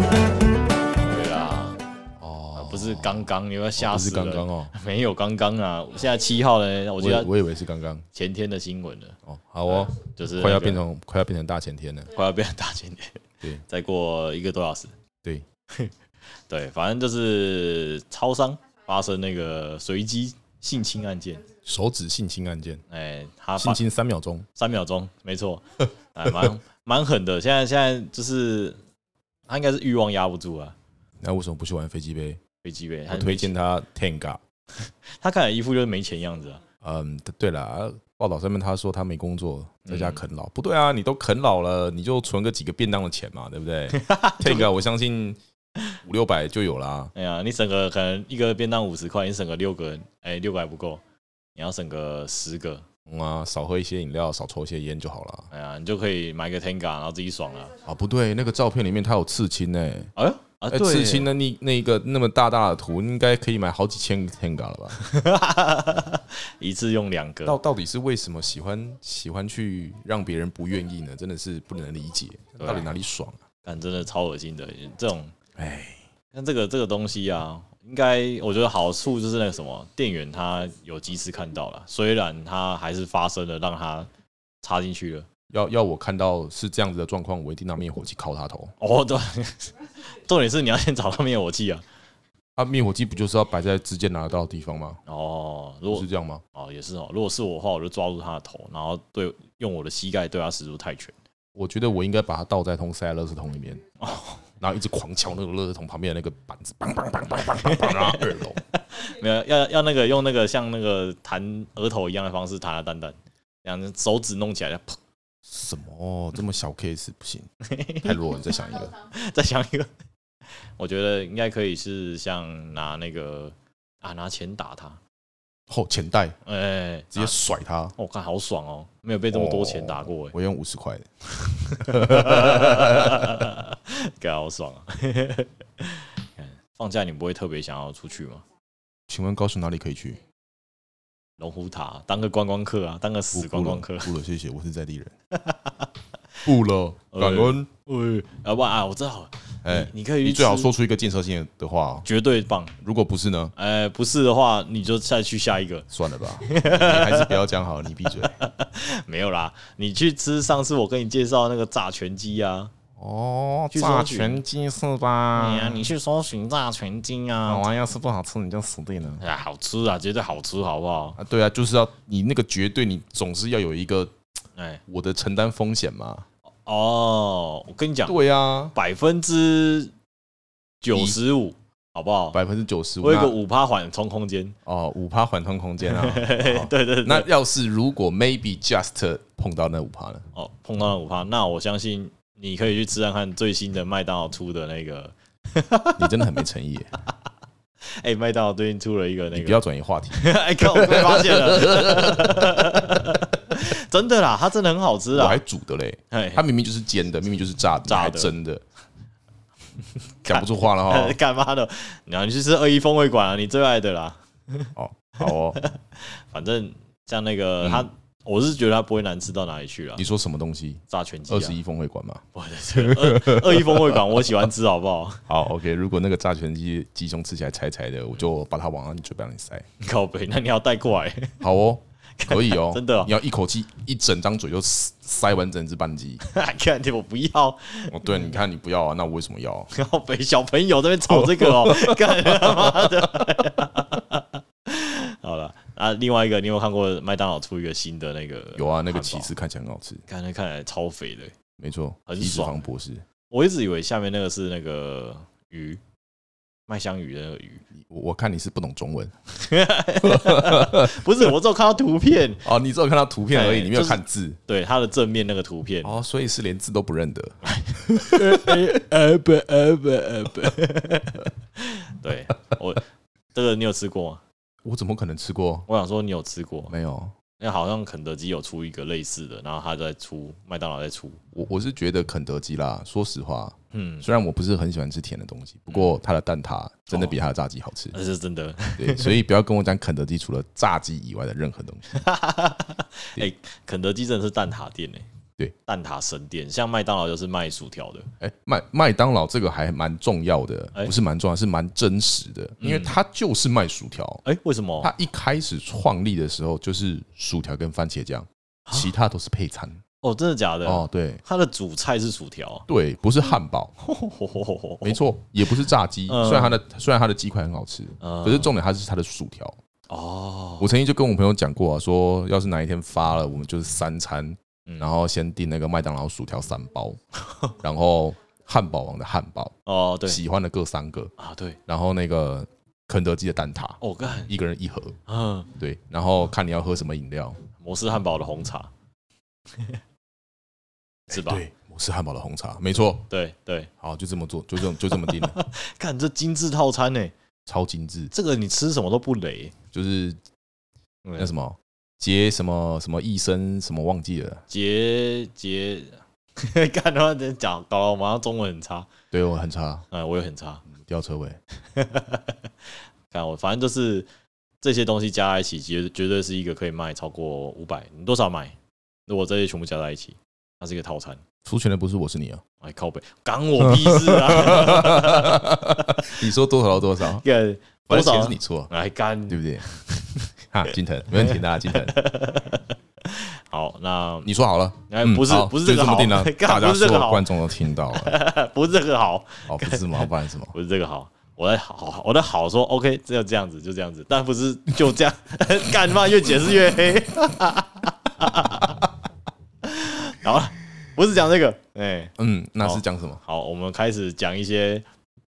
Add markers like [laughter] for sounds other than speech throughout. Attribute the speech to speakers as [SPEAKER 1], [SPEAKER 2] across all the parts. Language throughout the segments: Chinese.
[SPEAKER 1] 对啦，啊
[SPEAKER 2] 哦，
[SPEAKER 1] 不是刚刚，你要吓
[SPEAKER 2] 不
[SPEAKER 1] 死
[SPEAKER 2] 是
[SPEAKER 1] 了
[SPEAKER 2] 刚刚哦，
[SPEAKER 1] [laughs] 没有刚刚啊，我现在七号了，我
[SPEAKER 2] 我
[SPEAKER 1] 记
[SPEAKER 2] 以
[SPEAKER 1] 得
[SPEAKER 2] 我以为是刚刚
[SPEAKER 1] 前天的新闻了，
[SPEAKER 2] 哦，好哦，
[SPEAKER 1] 就是、
[SPEAKER 2] 快要变成快要变成大前天了，
[SPEAKER 1] 快要变成大前天，
[SPEAKER 2] [laughs] 对，
[SPEAKER 1] 再过一个多小时，
[SPEAKER 2] 对
[SPEAKER 1] [laughs] 对，反正就是超商发生那个随机性侵案件，
[SPEAKER 2] 手指性侵案件，
[SPEAKER 1] 哎、他
[SPEAKER 2] 性
[SPEAKER 1] 把
[SPEAKER 2] 侵三秒钟，
[SPEAKER 1] 三秒钟，没
[SPEAKER 2] [laughs]
[SPEAKER 1] 错，哎，蛮蛮狠的，现在现在就是他应该是欲望压不住啊，
[SPEAKER 2] 那为什么不去玩飞机杯？
[SPEAKER 1] 飞机杯，他
[SPEAKER 2] 我推荐他 Tenga。
[SPEAKER 1] 他看起来一副就是没钱样子啊，
[SPEAKER 2] 嗯，对了，啊报道上面他说他没工作，在家
[SPEAKER 1] 嗯
[SPEAKER 2] 啃老。不对啊，你都啃老了，你就存个几个便当的钱嘛，对
[SPEAKER 1] [laughs]
[SPEAKER 2] 不对？Tenga 我相信五六百就有啦。
[SPEAKER 1] 哎呀，你省个可能一个便当五十块，你省个六个，哎、六个还不够，你要省个十个，
[SPEAKER 2] 嗯啊，少喝一些饮料，少抽一些烟就好了。
[SPEAKER 1] 哎呀，你就可以买个 Tenga，然后自己爽了。
[SPEAKER 2] 啊，不对，那个照片里面他有刺青呢、欸。
[SPEAKER 1] 哎呦啊，
[SPEAKER 2] 哎、
[SPEAKER 1] 对
[SPEAKER 2] 刺青的那那个那么大大的图，应该可以买好几千个 Tenga 了吧？
[SPEAKER 1] [laughs] 一次用两个
[SPEAKER 2] 到，到底是为什么喜欢喜欢去让别人不愿意呢？真的是不能理解，
[SPEAKER 1] 对啊
[SPEAKER 2] 到底哪里爽啊？
[SPEAKER 1] 但真的超恶心的。这种
[SPEAKER 2] 哎，
[SPEAKER 1] 像这个这个东西啊，应该我觉得好处就是那个什么，店员他有及时看到了，虽然他还是发生了让他插进去了。
[SPEAKER 2] 要要我看到是这样子的状况，我一定拿灭火器敲他头。
[SPEAKER 1] 哦，对， [laughs] 重点是你要先找到灭火器啊。
[SPEAKER 2] 啊，灭火器不就是要摆在之间拿得到的地方吗？
[SPEAKER 1] 哦，如
[SPEAKER 2] 不
[SPEAKER 1] 果
[SPEAKER 2] 是这样吗？
[SPEAKER 1] 哦也是哦，如果是我的话，我就抓住他的头，然后对用我的膝盖对他使出泰拳。
[SPEAKER 2] 我觉得我应该把它倒在桶塞在垃圾桶里面，然后一直狂敲那个垃圾桶旁边的那个板子，梆梆梆梆梆梆梆，然后二楼。
[SPEAKER 1] 没有，要要那个用那个像那个弹额头一样的方式弹他蛋蛋，两只手指弄起来，噗，
[SPEAKER 2] 什么这么小 case 不行，太弱了，你再想一个。
[SPEAKER 1] 再想一个。我觉得应该可以是像拿那个啊拿钱打他，
[SPEAKER 2] 后钱袋
[SPEAKER 1] 哎、
[SPEAKER 2] 直接甩他，哦
[SPEAKER 1] 我、哦、看好爽哦，没有被这么多钱打过哎、
[SPEAKER 2] 我用五十块
[SPEAKER 1] [laughs]
[SPEAKER 2] 的。
[SPEAKER 1] 感觉欸好爽啊！看放假你不会特别想要出去吗？
[SPEAKER 2] 请问高雄哪里可以去？
[SPEAKER 1] 龙虎塔当个观光客啊，当个死观光客。
[SPEAKER 2] 不了，谢谢，我是在地人。不了，
[SPEAKER 1] 呃
[SPEAKER 2] 感恩。
[SPEAKER 1] 喂， [laughs] 要不然啊，我知道了，
[SPEAKER 2] 哎，
[SPEAKER 1] 你可以去
[SPEAKER 2] 你最好
[SPEAKER 1] 吃
[SPEAKER 2] 说出一个建设性的话哦。
[SPEAKER 1] 绝对棒。
[SPEAKER 2] 如果不是呢，
[SPEAKER 1] 哎、不是的话，你就再去下一个。
[SPEAKER 2] 算了吧，你还是不要讲好了，你闭
[SPEAKER 1] [laughs]
[SPEAKER 2] 嘴。
[SPEAKER 1] 没有啦，你去吃上次我跟你介绍那个炸全鸡啊，
[SPEAKER 2] 哦，
[SPEAKER 1] 去
[SPEAKER 2] 炸
[SPEAKER 1] 搜寻
[SPEAKER 2] 全鸡翅吧。
[SPEAKER 1] 哎呀，你去搜寻炸全鸡
[SPEAKER 2] 那
[SPEAKER 1] 啊，
[SPEAKER 2] 玩意儿是不好吃，你就死定了。
[SPEAKER 1] 哎呀，好吃啊，绝对好吃，好不好？
[SPEAKER 2] 啊，对啊，就是要你那个绝对，你总是要有一个
[SPEAKER 1] 哎，
[SPEAKER 2] 我的承担风险嘛。
[SPEAKER 1] 哦，我跟你讲，
[SPEAKER 2] 对啊，
[SPEAKER 1] 百分之九十五，好不好？
[SPEAKER 2] 百分之九十五
[SPEAKER 1] 我有一个五趴缓冲空间，
[SPEAKER 2] 哦，五趴缓冲空间
[SPEAKER 1] [laughs]
[SPEAKER 2] 啊。好
[SPEAKER 1] 对对对，
[SPEAKER 2] 那要是如果 maybe just 碰到那五趴
[SPEAKER 1] [laughs]
[SPEAKER 2] 呢？
[SPEAKER 1] 哦，碰到了五趴，那我相信你可以去吃看看最新的麦当劳出的那个，
[SPEAKER 2] 你真的很没诚意耶，
[SPEAKER 1] 哎，麦当劳最近出了一个 [laughs] 那
[SPEAKER 2] 你
[SPEAKER 1] 个
[SPEAKER 2] 不，要转移话题。
[SPEAKER 1] [laughs] 哎，看我被发现了， [laughs] 真的啦，它真的很好吃
[SPEAKER 2] 我
[SPEAKER 1] 啊
[SPEAKER 2] 还，煮的嘞，
[SPEAKER 1] 哎 [laughs]
[SPEAKER 2] 它明明就是煎的，明明就是炸的，你
[SPEAKER 1] 炸
[SPEAKER 2] 还
[SPEAKER 1] 的。
[SPEAKER 2] 蒸的， [laughs] 讲不出话了哦哈
[SPEAKER 1] [laughs] 干嘛的？然后你去吃二一风味馆啊，你最爱的啦。
[SPEAKER 2] 哦，好哦，
[SPEAKER 1] 反正像那个他，我是觉得他不会难吃到哪里去啦
[SPEAKER 2] 嗯你。说什么东西？
[SPEAKER 1] 炸全鸡、啊，
[SPEAKER 2] 二十一峰会馆嘛？
[SPEAKER 1] 不对，对二二一风味馆我喜欢吃，好不好？
[SPEAKER 2] 好，OK。如果那个炸全鸡鸡胸吃起来柴柴的，我就把它往你嘴巴里塞。
[SPEAKER 1] 靠北，那你要带过来， [laughs]
[SPEAKER 2] 好哦，可以哦，
[SPEAKER 1] 真的哦
[SPEAKER 2] 你要一口气一整张嘴就塞塞完整只半鸡。
[SPEAKER 1] 看你我不要，
[SPEAKER 2] 哦，对，你看你不要啊，那我为什么要啊？
[SPEAKER 1] 靠北小朋友这边炒这个哦， [laughs] 干他妈的！ [laughs] 好了啊，另外一个你有没有看过麦当劳出一个新的那个？
[SPEAKER 2] 有啊，那个起
[SPEAKER 1] 起
[SPEAKER 2] 司看起来很好吃，
[SPEAKER 1] 看那看起来超肥的、
[SPEAKER 2] 没错，
[SPEAKER 1] 很
[SPEAKER 2] 体脂
[SPEAKER 1] 爽
[SPEAKER 2] 肪博士，
[SPEAKER 1] 我一直以为下面那个是那个鱼，麦香鱼的那个鱼， [laughs]
[SPEAKER 2] 你我我看你是不懂中文
[SPEAKER 1] 不是，我只有看到图片，
[SPEAKER 2] 哦，你只有看到图片而已，
[SPEAKER 1] 哎
[SPEAKER 2] 你没有
[SPEAKER 1] 就是哎
[SPEAKER 2] 看字
[SPEAKER 1] 对它的正面那个图 [laughs] 片。
[SPEAKER 2] 哦，所以是连字都不认得。
[SPEAKER 1] 呃不呃不呃不，对我这个你有吃过吗？
[SPEAKER 2] 我怎么可能吃过？
[SPEAKER 1] 我想说你有吃过，
[SPEAKER 2] 没有，
[SPEAKER 1] 那好像肯德基有出一个类似的，然后他在出，麦当劳在出，
[SPEAKER 2] 我我是觉得肯德基啦，说实话，
[SPEAKER 1] 嗯，
[SPEAKER 2] 虽然我不是很喜欢吃甜的东西，不过它的蛋挞真的比它的炸鸡好吃。
[SPEAKER 1] [laughs] 那是真的。
[SPEAKER 2] 对，所以不要跟我讲肯德基除了炸鸡以外的任何东
[SPEAKER 1] [laughs]
[SPEAKER 2] 西。
[SPEAKER 1] [laughs] 哎、肯德基真的是蛋挞店哎、
[SPEAKER 2] 对，
[SPEAKER 1] 蛋挞神店，像麦当劳就是卖薯条的，
[SPEAKER 2] 哎、麦麦当劳这个还蛮重要的，
[SPEAKER 1] 哎嗯
[SPEAKER 2] 不是蛮重要，是蛮真实的，因为它就是卖薯条。
[SPEAKER 1] 哎、为什么？
[SPEAKER 2] 它一开始创立的时候就是薯条跟番茄酱，
[SPEAKER 1] 啊
[SPEAKER 2] 其他都是配餐。
[SPEAKER 1] 哦，真的假的？
[SPEAKER 2] 哦，对
[SPEAKER 1] 它的主菜是薯条，啊
[SPEAKER 2] 对，不是汉堡，哦
[SPEAKER 1] [laughs]
[SPEAKER 2] 没错，也不是炸鸡。
[SPEAKER 1] 嗯
[SPEAKER 2] 虽然它的虽然它的鸡块很好吃，
[SPEAKER 1] 嗯
[SPEAKER 2] 可是重点它是它的薯条。
[SPEAKER 1] 哦，
[SPEAKER 2] 我曾经就跟我朋友讲过啊，说要是哪一天发了，我们就是三餐，
[SPEAKER 1] 嗯
[SPEAKER 2] 然后先订那个麦当劳薯条三
[SPEAKER 1] [laughs]
[SPEAKER 2] 包，然后汉堡王的汉堡，
[SPEAKER 1] 哦，对
[SPEAKER 2] 喜欢的各三个，
[SPEAKER 1] 啊，对，
[SPEAKER 2] 然后那个肯德基的蛋挞，
[SPEAKER 1] 哦，干，
[SPEAKER 2] 一个人一盒，
[SPEAKER 1] 嗯，
[SPEAKER 2] 对，然后看你要喝什么饮料，
[SPEAKER 1] 摩斯汉堡的红
[SPEAKER 2] [laughs]
[SPEAKER 1] 茶，是吧？
[SPEAKER 2] 对，我是汉堡的红茶，没错，
[SPEAKER 1] 对对，
[SPEAKER 2] 好，就这么做，就这么就这么定
[SPEAKER 1] [laughs]
[SPEAKER 2] 了，
[SPEAKER 1] 看这精致套餐呢、
[SPEAKER 2] 超精致，
[SPEAKER 1] 这个你吃什么都不累、
[SPEAKER 2] 就是那
[SPEAKER 1] 嗯，
[SPEAKER 2] 什么杰什么什么医生什么忘记了，
[SPEAKER 1] 杰 [laughs] 杰，看他在讲，搞得我马上中文很差，
[SPEAKER 2] 对我很差，
[SPEAKER 1] 哎、我也很差， [laughs]
[SPEAKER 2] 吊车尾，
[SPEAKER 1] 看我反正就是这些东西加在一起，绝绝对是一个可以卖超过五百，你多少买？如果这些全部加在一起，它是一个套餐。
[SPEAKER 2] 出拳的不是我是你啊。
[SPEAKER 1] 哎，靠背，干我屁事
[SPEAKER 2] [laughs]
[SPEAKER 1] 啊！
[SPEAKER 2] 你说多少到多少，
[SPEAKER 1] 干
[SPEAKER 2] 反
[SPEAKER 1] 多
[SPEAKER 2] 正钱
[SPEAKER 1] 少
[SPEAKER 2] 是？你出啊，
[SPEAKER 1] 哎，干
[SPEAKER 2] 对不对？哈，金腾，没问题的啊，金腾，
[SPEAKER 1] [laughs] 好，那
[SPEAKER 2] 你说好了，
[SPEAKER 1] 哎
[SPEAKER 2] 嗯
[SPEAKER 1] 不是
[SPEAKER 2] 好
[SPEAKER 1] 不是
[SPEAKER 2] 就
[SPEAKER 1] 这个
[SPEAKER 2] 这么
[SPEAKER 1] 好
[SPEAKER 2] 定了，
[SPEAKER 1] [laughs] 干
[SPEAKER 2] 大家
[SPEAKER 1] 不是这个
[SPEAKER 2] 所有
[SPEAKER 1] 好
[SPEAKER 2] 观众都听到
[SPEAKER 1] [laughs]
[SPEAKER 2] 了，
[SPEAKER 1] 不是这个好，
[SPEAKER 2] 哦，不是吗？不然什么？
[SPEAKER 1] 不是这个好。我在好好，我在好说，OK，只有这样子，就这样子，但不是就这样， [laughs] 干嘛越解释越黑。 [laughs] 好了，不是讲这个，哎、
[SPEAKER 2] 嗯，那是讲什么？
[SPEAKER 1] 好，我们开始讲一些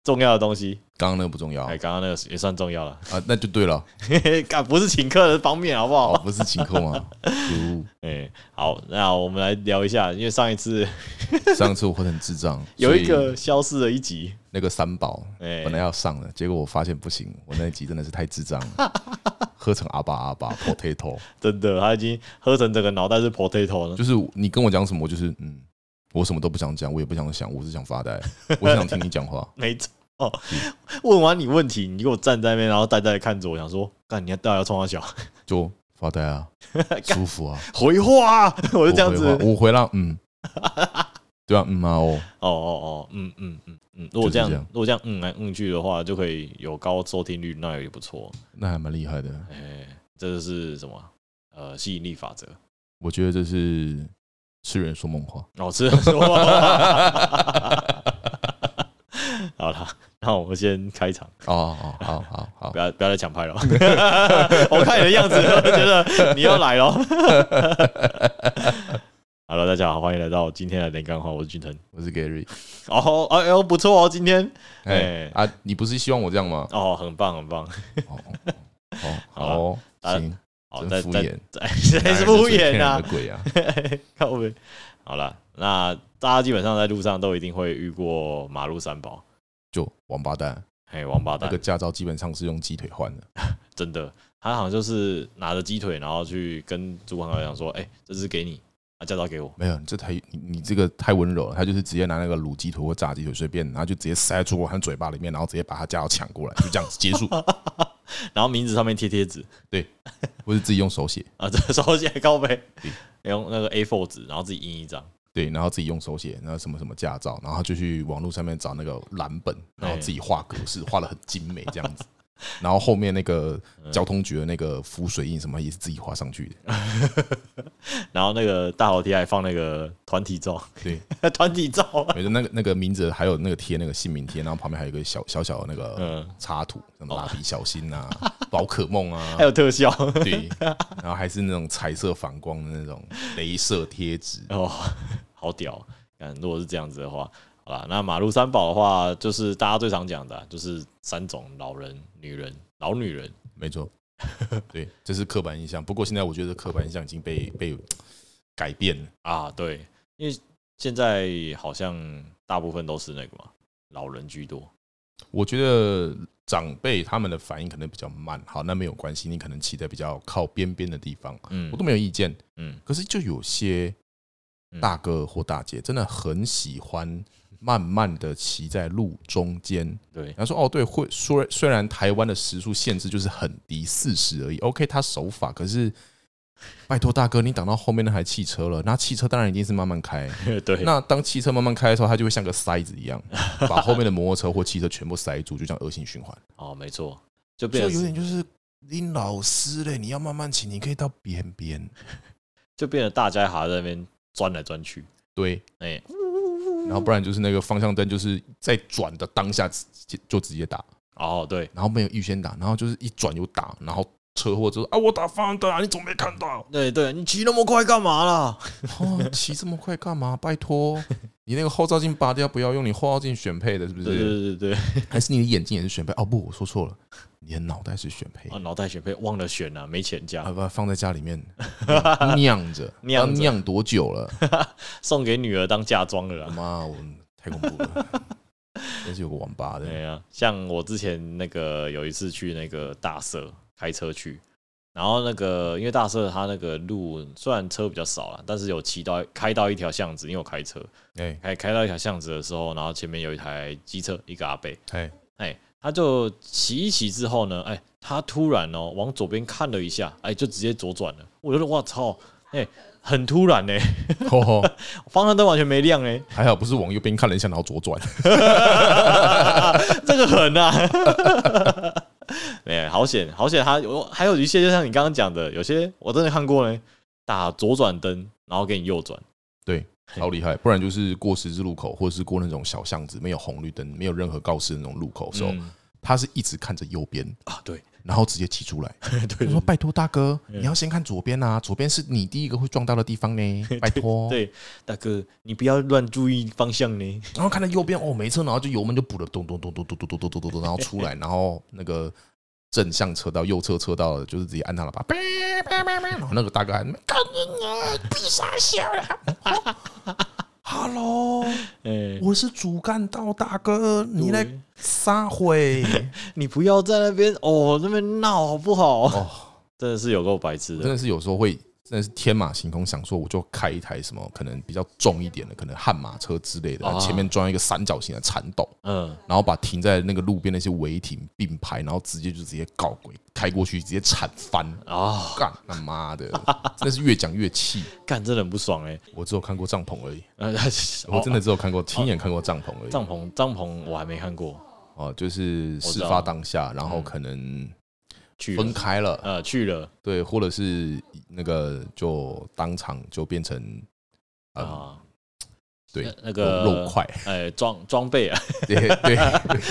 [SPEAKER 1] 重要的东西。
[SPEAKER 2] 刚刚那个不重要
[SPEAKER 1] 哎、
[SPEAKER 2] 啊，
[SPEAKER 1] 刚刚那个也算重要了， [laughs]
[SPEAKER 2] 那就对了，
[SPEAKER 1] 嘿嘿，干不是请客的方面，好不好？
[SPEAKER 2] 哦，不是晴空啊，
[SPEAKER 1] [laughs] 哎、好，那我们来聊一下，因为上一次
[SPEAKER 2] 就上次我很智障，
[SPEAKER 1] 有一
[SPEAKER 2] 所以
[SPEAKER 1] 个消失了一集，
[SPEAKER 2] 那个三宝
[SPEAKER 1] 哎、
[SPEAKER 2] 本来要上的，结果我发现不行，我那一集真的是太智障 [laughs] 了，喝成阿巴阿巴 potato，
[SPEAKER 1] 真的他已经喝成整个脑袋是 potato 了。
[SPEAKER 2] 就是你跟我讲什么，我就是嗯，我什么都不想讲，我也不想想，我是想发呆，我是想听你讲话。
[SPEAKER 1] 没错。哦，问完你问题，你给我站在那边，然后呆呆的看着我，想说，干，你到底要冲他小
[SPEAKER 2] 就发呆啊， [laughs] 舒服 [laughs] 啊，
[SPEAKER 1] 回话、啊？我就这样子。
[SPEAKER 2] 我回话我回了，嗯，对啊，嗯啊哦，
[SPEAKER 1] 哦哦哦，嗯嗯嗯嗯，如果这
[SPEAKER 2] 就是
[SPEAKER 1] 样，
[SPEAKER 2] 这样
[SPEAKER 1] 如果这样嗯来嗯去的话，就可以有高收听率，那也不错。
[SPEAKER 2] 那还蛮厉害的。
[SPEAKER 1] 哎、这是什么？呃，吸引力法则。
[SPEAKER 2] 我觉得这是痴人说梦话。
[SPEAKER 1] 哦，吃很多。好了，那我们先开场，
[SPEAKER 2] 哦哦，好好好
[SPEAKER 1] 不，要不要再抢拍了。 [laughs] 我看你的样子，我觉得你要来了。Hello，大家好，欢迎来到今天的连干话，我是俊腾。
[SPEAKER 2] 我是 Gary。
[SPEAKER 1] 哦，哎呦，不错哦，今天
[SPEAKER 2] 哎啊，你不是希望我这样吗？
[SPEAKER 1] 哦，很棒，很棒。
[SPEAKER 2] 哦哦， [laughs] 好哦，
[SPEAKER 1] 啊
[SPEAKER 2] 行，
[SPEAKER 1] 好，
[SPEAKER 2] 真
[SPEAKER 1] 再
[SPEAKER 2] 敷
[SPEAKER 1] 再 [laughs]
[SPEAKER 2] 衍，
[SPEAKER 1] 再谁是敷衍啊
[SPEAKER 2] 男人就是骗人的？鬼啊！
[SPEAKER 1] [laughs] 靠背。好了，那大家基本上在路上都一定会遇过马路三宝，
[SPEAKER 2] 就王八蛋，
[SPEAKER 1] 哎，王八
[SPEAKER 2] 那
[SPEAKER 1] 蛋
[SPEAKER 2] 个，驾照基本上是用鸡腿换的。
[SPEAKER 1] 真的，他好像就是拿着鸡腿，然后去跟主管讲说，哎，这只给你，啊，驾照给我。
[SPEAKER 2] 没有，你这太你你这个太温柔了。哦他就是直接拿那个卤鸡腿或炸鸡腿随便，然后就直接塞在主管嘴巴里面，然后直接把他驾照抢过来，就
[SPEAKER 1] [laughs]
[SPEAKER 2] 这样子结束。
[SPEAKER 1] 然后名字上面贴贴纸，
[SPEAKER 2] 或是自己用手写，
[SPEAKER 1] 啊，这手写高杯
[SPEAKER 2] 嗯，
[SPEAKER 1] [laughs] 用那个 A4 纸，然后自己印一张。
[SPEAKER 2] 对，然后自己用手写，然后什么什么驾照，然后就去网络上面找那个蓝本，然后自己画格式，画的很精美这
[SPEAKER 1] [laughs]
[SPEAKER 2] 样子。然后后面那个交通局的那个浮水印什么也是自己画上去
[SPEAKER 1] [laughs]
[SPEAKER 2] 的，
[SPEAKER 1] 然后那个大头贴还放那个团体照，
[SPEAKER 2] 对，
[SPEAKER 1] [laughs] 团体照啊，
[SPEAKER 2] 没得那个那个名字还有那个贴那个姓名贴，然后旁边还有一个小小小的那个
[SPEAKER 1] 嗯
[SPEAKER 2] 插图，什么蜡笔小新啊、 [laughs] 宝可梦
[SPEAKER 1] [laughs]
[SPEAKER 2] 啊
[SPEAKER 1] 还，有特效
[SPEAKER 2] 对，然后还是那种彩色反光的那种镭射贴纸，
[SPEAKER 1] 哦，好屌！嗯，如果是这样子的话，好啦，那马路三宝的话，就是大家最常讲的啊，就是三种老人、女人、老女人。
[SPEAKER 2] 没错，
[SPEAKER 1] [laughs]
[SPEAKER 2] 对，这是刻板印象。不过现在我觉得刻板印象已经被被改变了。
[SPEAKER 1] 啊，对，因为现在好像大部分都是那个嘛，老人居多。
[SPEAKER 2] 我觉得长辈他们的反应可能比较慢，好，那没有关系，你可能骑在比较靠边边的地方，
[SPEAKER 1] 嗯
[SPEAKER 2] 啊我都没有意见。
[SPEAKER 1] 嗯
[SPEAKER 2] 可是就有些
[SPEAKER 1] 嗯
[SPEAKER 2] 大哥或大姐真的很喜欢慢慢的骑在路中间。
[SPEAKER 1] 对， [laughs]
[SPEAKER 2] 他说：“哦，对，会虽虽然台湾的时速限制就是很低，四十而已。OK，他守法，可是拜托大哥，你挡到后面那台汽车了，那汽车当然一定是慢慢开。
[SPEAKER 1] 对，
[SPEAKER 2] 那当汽车慢慢开的时候，它就会像个塞子一样，把后面的摩托车或汽车全部塞住，就像恶性循环。
[SPEAKER 1] 哦，没错，就
[SPEAKER 2] 所
[SPEAKER 1] 变
[SPEAKER 2] 以
[SPEAKER 1] 成
[SPEAKER 2] 有点就是林老师嘞，你要慢慢骑，你可以到边边。
[SPEAKER 1] 就变成大家还在那边钻来钻去，
[SPEAKER 2] 对，
[SPEAKER 1] 哎，
[SPEAKER 2] 然后不然就是那个方向灯，就是在转的当下直接就直接打，
[SPEAKER 1] 哦，对，
[SPEAKER 2] 然后没有预先打，然后就是一转就打，然后车祸之后啊，我打方向灯啊，你怎么没看到？
[SPEAKER 1] 对对，你骑那么快干嘛啦？
[SPEAKER 2] 哦，骑这么快干嘛？拜托，你那个后照镜拔掉，不要用你后照镜选配的，是
[SPEAKER 1] [laughs]
[SPEAKER 2] 不
[SPEAKER 1] 对
[SPEAKER 2] 是？
[SPEAKER 1] 对对对，
[SPEAKER 2] 还是你的眼睛也是选配？哦不，我说错了，你的脑袋是选配
[SPEAKER 1] 啊，脑袋选配忘了选了，没钱
[SPEAKER 2] 啊，
[SPEAKER 1] 加，
[SPEAKER 2] 不放在家里 [laughs] 面酿着，要
[SPEAKER 1] 酿着
[SPEAKER 2] 酿多久了？
[SPEAKER 1] 送给女儿当嫁妆了啦。
[SPEAKER 2] 妈，我太恐怖 [laughs] 了，真是有个王八的。
[SPEAKER 1] 对啊，像我之前那个有一次去那个大社开车去，然后那个因为大社它那个路虽然车比较少了，但是有骑到开到一条巷子，因为我开车
[SPEAKER 2] 哎
[SPEAKER 1] 开开到一条巷子的时候，然后前面有一台机车，一个阿伯，
[SPEAKER 2] 哎，
[SPEAKER 1] 哎，他就骑一骑之后呢，哎，他突然哦往左边看了一下，哎，就直接左转了。我觉得哇操，哎，很突然呢、
[SPEAKER 2] 哎吼吼。
[SPEAKER 1] 方向灯完全没亮哎、
[SPEAKER 2] 还好不是往右边看了一下，然后左转。
[SPEAKER 1] [laughs] 这个狠啊！ [laughs] 哎，好险，好险！他有还有一些，就像你刚刚讲的，有些我真的看过呢，打左转灯，然后给你右转。
[SPEAKER 2] 超厉害，不然就是过十字路口，或者是过那种小巷子，没有红绿灯，没有任何告示的那种路口的时候，
[SPEAKER 1] 嗯
[SPEAKER 2] 他是一直看着右边，
[SPEAKER 1] 啊，对 [laughs]
[SPEAKER 2] 然后直接骑出来。
[SPEAKER 1] 对
[SPEAKER 2] 我
[SPEAKER 1] 对
[SPEAKER 2] 说：“拜托大哥，你要先看左边啊，左边是你第一个会撞到的地方呢，拜托。”
[SPEAKER 1] 对，大哥，你不要乱注意方向呢。
[SPEAKER 2] 然后看到右边哦没车，然后就油门就补了，咚咚咚咚咚咚咚咚咚咚咚，然后出来，然后那个正向车道、右侧车道的，就是直接按他喇叭，叭叭叭叭然后那个大哥还干你啊，闭上笑了。Hello，
[SPEAKER 1] 哎，
[SPEAKER 2] 我是主干道大哥，你来
[SPEAKER 1] 对
[SPEAKER 2] 撒回
[SPEAKER 1] 你不要在那边哦那边闹好不好？
[SPEAKER 2] 哦，
[SPEAKER 1] [laughs] 真的是有够白痴
[SPEAKER 2] [laughs] 真
[SPEAKER 1] 的。
[SPEAKER 2] 的是有时候会。真的是天马行空，想说我就开一台什么可能比较重一点的，可能悍马车之类
[SPEAKER 1] 啊
[SPEAKER 2] 的，前面装一个三角形的铲斗，
[SPEAKER 1] 嗯，
[SPEAKER 2] 然后把停在那个路边那些违停并排，然后直接就直接搞鬼开过去，直接铲翻，
[SPEAKER 1] 啊，
[SPEAKER 2] 干他妈的，真的是越讲越气。
[SPEAKER 1] 干真的很不爽 [laughs] 哎、
[SPEAKER 2] 我只有看过帐篷
[SPEAKER 1] [laughs]
[SPEAKER 2] 而已，
[SPEAKER 1] 呃，
[SPEAKER 2] 我真
[SPEAKER 1] 的
[SPEAKER 2] 的只有看过亲眼看过帐篷而已。
[SPEAKER 1] 帐篷帐篷我还没看过，
[SPEAKER 2] 哦，就是
[SPEAKER 1] 知
[SPEAKER 2] 事
[SPEAKER 1] 道
[SPEAKER 2] 发当下，然后
[SPEAKER 1] 嗯
[SPEAKER 2] 可能
[SPEAKER 1] 去了
[SPEAKER 2] 分开了，
[SPEAKER 1] 呃去了
[SPEAKER 2] 对，或者是那个就当场就变成啊，
[SPEAKER 1] 啊，
[SPEAKER 2] 对哦
[SPEAKER 1] 那，那个 [laughs]
[SPEAKER 2] 肉块，
[SPEAKER 1] 哎装装备啊， [laughs]
[SPEAKER 2] 对对，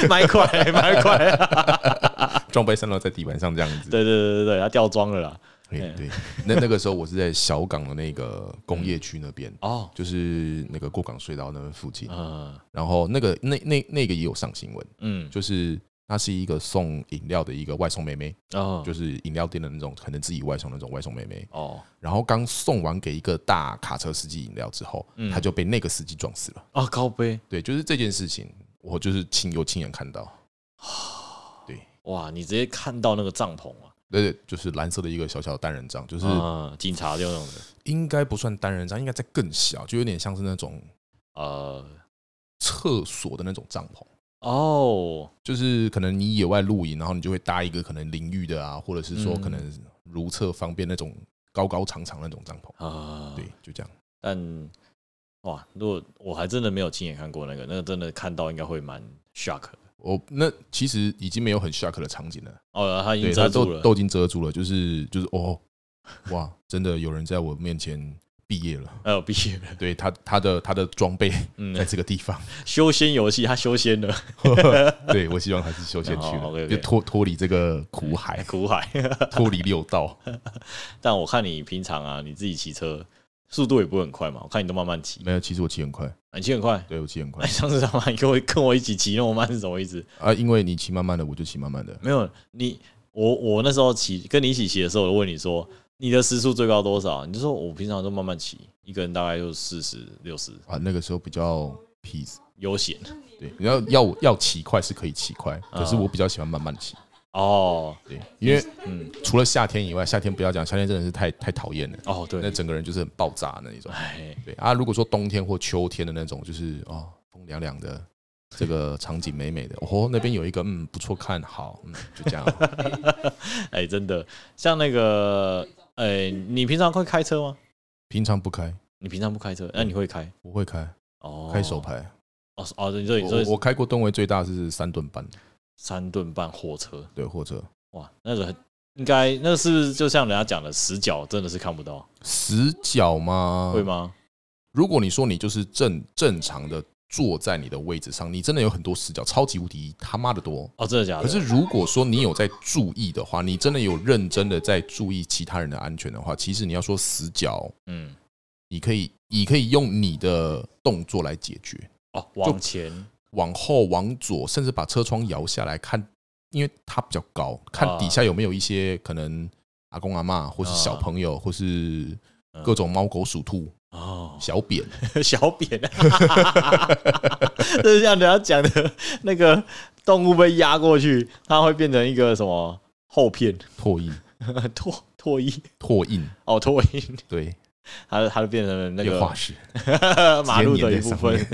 [SPEAKER 1] 买块 [laughs] 买块，啊
[SPEAKER 2] [laughs] 装备散落在地板上这样子。
[SPEAKER 1] 对对对对对，他掉装了啦。
[SPEAKER 2] 对对，那那个时候我是在小港的那
[SPEAKER 1] [laughs]
[SPEAKER 2] 个工业区那边，
[SPEAKER 1] 哦，
[SPEAKER 2] 就是那个过港隧道那边附近，
[SPEAKER 1] 嗯
[SPEAKER 2] 然后那个那那那个也有上新闻，
[SPEAKER 1] 嗯，
[SPEAKER 2] 就是那是一个送饮料的一个外送妹妹，
[SPEAKER 1] 哦
[SPEAKER 2] 就是饮料店的那种，可能自己外送那种外送妹妹，
[SPEAKER 1] 哦
[SPEAKER 2] 然后刚送完给一个大卡车司机饮料之后，
[SPEAKER 1] 嗯
[SPEAKER 2] 她就被那个司机撞死了。
[SPEAKER 1] 啊高杯，
[SPEAKER 2] 对，就是这件事情，我就是亲有亲眼看到，
[SPEAKER 1] 哇，你直接看到那个帐篷啊，
[SPEAKER 2] 对对，就是蓝色的一个小小的单人帐，就是
[SPEAKER 1] 嗯，警察就那种的，
[SPEAKER 2] 应该不算单人帐，应该再更小，就有点像是那种
[SPEAKER 1] 呃
[SPEAKER 2] 厕所的那种帐篷。
[SPEAKER 1] 哦
[SPEAKER 2] 就是可能你野外露营，然后你就会搭一个可能淋浴的啊，或者是说
[SPEAKER 1] 嗯
[SPEAKER 2] 可能如厕方便那种高高长长那种帐篷。
[SPEAKER 1] 啊，
[SPEAKER 2] 对，就这样。
[SPEAKER 1] 但哇，如果我还真的没有亲眼看过那个，那个真的看到应该会蛮 shock 的。
[SPEAKER 2] 我哦那其实已经没有很 shock 的场景了，
[SPEAKER 1] 哦，他已经
[SPEAKER 2] 对，
[SPEAKER 1] 遮
[SPEAKER 2] 它
[SPEAKER 1] 住
[SPEAKER 2] 都
[SPEAKER 1] 了，
[SPEAKER 2] 都已经遮住了，就是就是哦，哇，真的有人在我面前毕业了。
[SPEAKER 1] 呃，毕业了，
[SPEAKER 2] 对他他的他的装备 [laughs] 在
[SPEAKER 1] 嗯，
[SPEAKER 2] 这个
[SPEAKER 1] [laughs]
[SPEAKER 2] 地方，
[SPEAKER 1] 修仙游戏他修仙了，
[SPEAKER 2] 对我希望他是修仙去
[SPEAKER 1] 哦
[SPEAKER 2] 了，
[SPEAKER 1] ，OK，OK
[SPEAKER 2] 就脱脱离这个
[SPEAKER 1] [laughs]
[SPEAKER 2] 苦海，
[SPEAKER 1] 苦海。
[SPEAKER 2] 脱离六道。
[SPEAKER 1] 但我看你平常啊，你自己骑车速度也不会很快嘛，我看你都慢慢骑，
[SPEAKER 2] 没有，其实我骑很快，
[SPEAKER 1] 啊你骑很快。
[SPEAKER 2] 对我骑很
[SPEAKER 1] 哎，
[SPEAKER 2] 快
[SPEAKER 1] 上次他妈 [laughs] 你跟我跟我一起骑那么慢是什么意思？
[SPEAKER 2] 啊，因为你骑慢慢的，我就骑慢慢的。
[SPEAKER 1] 没有你，我我那时候骑跟你一起骑的时候，我问你说你的时速最高多少？你就说我平常都慢慢骑，一个人大概就四十六十。
[SPEAKER 2] 啊，那个时候比较 peace。
[SPEAKER 1] 悠闲
[SPEAKER 2] 对，你要要要骑快是可以骑快，
[SPEAKER 1] 啊
[SPEAKER 2] 可是我比较喜欢慢慢骑。
[SPEAKER 1] 哦
[SPEAKER 2] 对，因为
[SPEAKER 1] 嗯
[SPEAKER 2] 除了夏天以外，夏天不要讲，夏天真的是太太讨厌了。
[SPEAKER 1] 哦
[SPEAKER 2] 那
[SPEAKER 1] 对，
[SPEAKER 2] 整个人就是很爆炸那一种。
[SPEAKER 1] 哎
[SPEAKER 2] 对啊，如果说冬天或秋天的那种，就是哦，风凉凉的，这个场景美美的，哦，那边有一个嗯不错看，好，嗯，就这样哦、
[SPEAKER 1] [laughs] 哎，真的，像那个哎，你平常会开车吗？
[SPEAKER 2] [laughs] 平常不开，
[SPEAKER 1] 你平常不开车，那你会开？
[SPEAKER 2] 不会开，
[SPEAKER 1] 哦，
[SPEAKER 2] 开手排。
[SPEAKER 1] 哦是哦，你说你
[SPEAKER 2] 我我
[SPEAKER 1] 说
[SPEAKER 2] 开过吨位最大是三吨半，
[SPEAKER 1] 三吨半货车，
[SPEAKER 2] 对，货车
[SPEAKER 1] 哇，那个很应该那是不是就像人家讲的死角真的是看不到，
[SPEAKER 2] 死角吗？
[SPEAKER 1] 会？吗？
[SPEAKER 2] 如果你说你就是正正常的坐在你的位置上，你真的有很多死角，超级无敌他妈的多。
[SPEAKER 1] 哦，真的假的？
[SPEAKER 2] 可是如果说你有在注意的话，你真的有认真的在注意其他人的安全的话，其实你要说死角，
[SPEAKER 1] 嗯，
[SPEAKER 2] 你可以你可以用你的动作来解决，
[SPEAKER 1] 哦，往前
[SPEAKER 2] 往后、往左，甚至把车窗摇下来看，因为它比较高，看
[SPEAKER 1] 啊
[SPEAKER 2] 底下有没有一些可能阿公阿嬷，或是小朋友，或是
[SPEAKER 1] 嗯
[SPEAKER 2] 各种猫狗鼠兔、
[SPEAKER 1] 哦，
[SPEAKER 2] 小扁，
[SPEAKER 1] 小扁，啊 [laughs] 就是像人家讲的那个动物被压过去，它会变成一个什么后片 [laughs]
[SPEAKER 2] 拓印
[SPEAKER 1] 唾唾液
[SPEAKER 2] 拓印，
[SPEAKER 1] 哦，唾液，
[SPEAKER 2] 对，
[SPEAKER 1] 它它就变成了那
[SPEAKER 2] 变化
[SPEAKER 1] 个
[SPEAKER 2] 石，
[SPEAKER 1] [laughs] 马路的一部
[SPEAKER 2] 直
[SPEAKER 1] 分，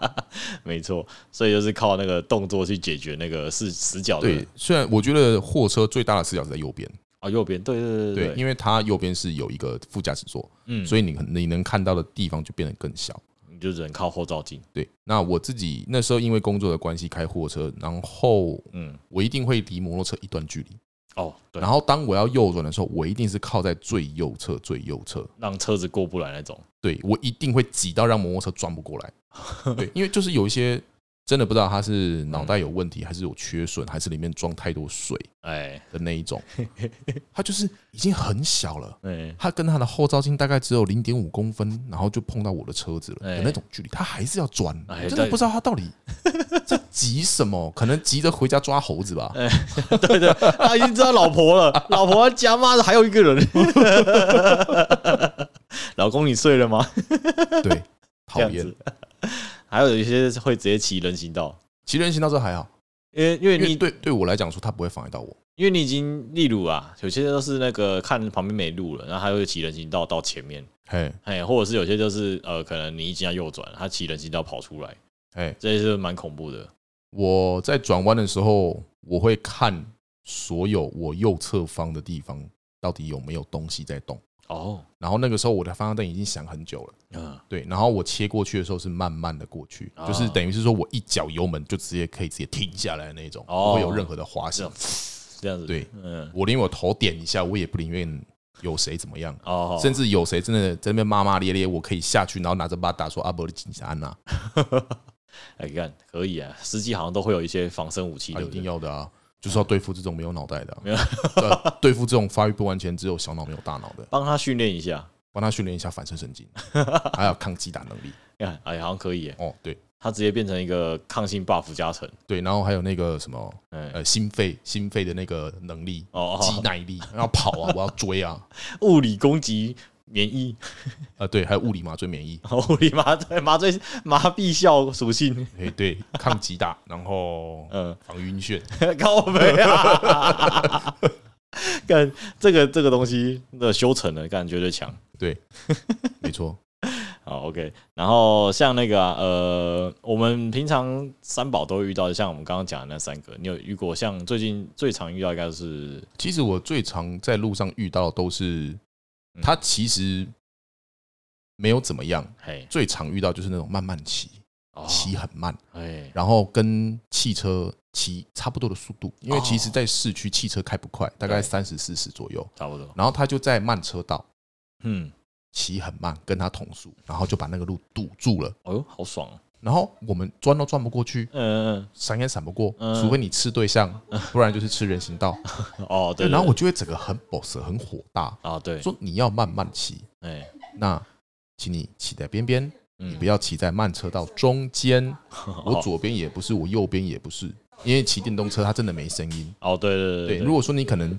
[SPEAKER 1] [laughs] 没错，所以就是靠那个动作去解决那个是死角的
[SPEAKER 2] 对。虽然我觉得货车最大的死角是在右边，
[SPEAKER 1] 哦，右边，对对
[SPEAKER 2] 对
[SPEAKER 1] 对，
[SPEAKER 2] 因为它右边是有一个副驾驶座，
[SPEAKER 1] 嗯，
[SPEAKER 2] 所
[SPEAKER 1] 以
[SPEAKER 2] 以你可你能看到的地方就变得更小。
[SPEAKER 1] 你就只能靠后照镜，
[SPEAKER 2] 对，那我自己那时候因为工作的关系开货车，然后
[SPEAKER 1] 嗯，
[SPEAKER 2] 我一定会离摩托车一段距离。
[SPEAKER 1] 哦，对
[SPEAKER 2] 然，后当我要右转的时候，我一定是靠在最右侧、最右侧，
[SPEAKER 1] 让车子过不来那种，
[SPEAKER 2] 对我一定会挤到让摩托车转不
[SPEAKER 1] [laughs]
[SPEAKER 2] 过来。对，因为就是有一些真的不知道他是脑袋有问题，还是有缺损，还是里面装太多水
[SPEAKER 1] 哎，
[SPEAKER 2] 的那
[SPEAKER 1] [laughs]
[SPEAKER 2] 一种，他就是已经很小了。
[SPEAKER 1] 哎，
[SPEAKER 2] 他跟他的后照镜大概只有零点五公分，然后就碰到我的车子了
[SPEAKER 1] 哎
[SPEAKER 2] 的那种距离，他还是要钻，
[SPEAKER 1] 哎
[SPEAKER 2] 我真的
[SPEAKER 1] 对
[SPEAKER 2] 不知道他到底在急什么，可能急着回家抓猴子吧。
[SPEAKER 1] [laughs] 哎对对，他已经知道老婆了，老婆家妈的还有一个人， [laughs] 老公你睡了吗？
[SPEAKER 2] 对，
[SPEAKER 1] 这
[SPEAKER 2] 讨
[SPEAKER 1] 样
[SPEAKER 2] 厌
[SPEAKER 1] 子。还有一些会直接骑人行道，
[SPEAKER 2] 骑人行道这还好，
[SPEAKER 1] 因为因为
[SPEAKER 2] 因为
[SPEAKER 1] 你
[SPEAKER 2] 对对我来讲说，他不会妨碍到我。
[SPEAKER 1] 因为你已经例如啊，有些都是那个看旁边没路了，然后他会骑人行道到前面，
[SPEAKER 2] 嘿，
[SPEAKER 1] 哎，或者是有些就是呃，可能你已经要右转，他骑人行道跑出来，
[SPEAKER 2] 哎，
[SPEAKER 1] 这些是蛮恐怖的。
[SPEAKER 2] 我在转弯的时候，我会看所有我右侧方的地方到底有没有东西在动。
[SPEAKER 1] 哦，
[SPEAKER 2] 然后那个时候我的方向灯已经响很久了，
[SPEAKER 1] 嗯，
[SPEAKER 2] 对，然后我切过去的时候是慢慢的过去，
[SPEAKER 1] 啊
[SPEAKER 2] 就是等于是说我一脚油门就直接可以直接停下来的那种，
[SPEAKER 1] 哦
[SPEAKER 2] 不会有任何的滑行
[SPEAKER 1] 是。这样子，
[SPEAKER 2] 对，
[SPEAKER 1] 嗯，
[SPEAKER 2] 我连我头点一下，我也不宁愿有谁怎么样，
[SPEAKER 1] 哦，
[SPEAKER 2] 甚至有谁真的在那边骂骂咧咧，我可以下去，然后拿着把打说阿啊伯的警察安娜，
[SPEAKER 1] 哎，看可以啊，司机好像都会有一些防身武器，
[SPEAKER 2] 啊
[SPEAKER 1] 对
[SPEAKER 2] 一
[SPEAKER 1] 不对
[SPEAKER 2] 定？要的啊，就是要对付这种没有脑袋的啊、
[SPEAKER 1] 没有
[SPEAKER 2] 对啊，对付这种发育不完全、只有小脑没有大脑的，
[SPEAKER 1] 帮他训练一下，
[SPEAKER 2] 帮他训练一下反射神经，还有抗击打能力。
[SPEAKER 1] 看，哎，好像可以耶，
[SPEAKER 2] 哦，对
[SPEAKER 1] 他直接变成一个抗性 buff 加成，
[SPEAKER 2] 对，然后还有那个什么
[SPEAKER 1] 哎，
[SPEAKER 2] 呃心肺心肺的那个能力。
[SPEAKER 1] 哦，
[SPEAKER 2] 肌耐力，要跑啊，我要追啊，
[SPEAKER 1] 物理攻击免疫，
[SPEAKER 2] 呃，对，还有物理麻醉免疫，
[SPEAKER 1] [laughs] 物理麻醉麻醉麻痹效属性，
[SPEAKER 2] 哎，对，抗击打，然后
[SPEAKER 1] 嗯， [laughs]
[SPEAKER 2] 防晕眩，
[SPEAKER 1] 靠背啊，
[SPEAKER 2] [laughs]
[SPEAKER 1] 干这个这个东西的修成的感觉绝对强。
[SPEAKER 2] 对，没错，
[SPEAKER 1] 好，OK。然后像那个啊、呃，我们平常三宝都会遇到，像我们刚刚讲的那三个，你有遇过？像最近最常遇到应该是
[SPEAKER 2] 其实我最常在路上遇到的都是，
[SPEAKER 1] 嗯
[SPEAKER 2] 他其实没有怎么样，
[SPEAKER 1] 嘿，
[SPEAKER 2] 最常遇到就是那种慢慢骑，
[SPEAKER 1] 哦，
[SPEAKER 2] 骑很慢，
[SPEAKER 1] 哎，
[SPEAKER 2] 然后跟汽车骑差不多的速度，因为
[SPEAKER 1] 哦
[SPEAKER 2] 其实在市区汽车开不快，大概
[SPEAKER 1] 对
[SPEAKER 2] 三十四十左右，
[SPEAKER 1] 差不多，
[SPEAKER 2] 然后他就在慢车道
[SPEAKER 1] 嗯，
[SPEAKER 2] 骑很慢，跟他同速，然后就把那个路堵住了，
[SPEAKER 1] 哦呦，好爽、哦，
[SPEAKER 2] 然后我们钻都钻不过去。
[SPEAKER 1] 嗯
[SPEAKER 2] 闪也闪不过，
[SPEAKER 1] 嗯
[SPEAKER 2] 除非你吃对象，不然就是吃人
[SPEAKER 1] [laughs]
[SPEAKER 2] 行道。
[SPEAKER 1] 嗯嗯，哦，对
[SPEAKER 2] 然后
[SPEAKER 1] 对
[SPEAKER 2] 我就会整个很 boss 很火大，
[SPEAKER 1] 啊，对，
[SPEAKER 2] 说你要慢慢骑，
[SPEAKER 1] 哎，
[SPEAKER 2] 那请你骑在边边，
[SPEAKER 1] 嗯
[SPEAKER 2] 你
[SPEAKER 1] [laughs]
[SPEAKER 2] 不要骑在慢车道中间。我左边也不是，我右边也不是，因为骑电动车它真的没声音。
[SPEAKER 1] 哦，对对对
[SPEAKER 2] 对，如果说你可能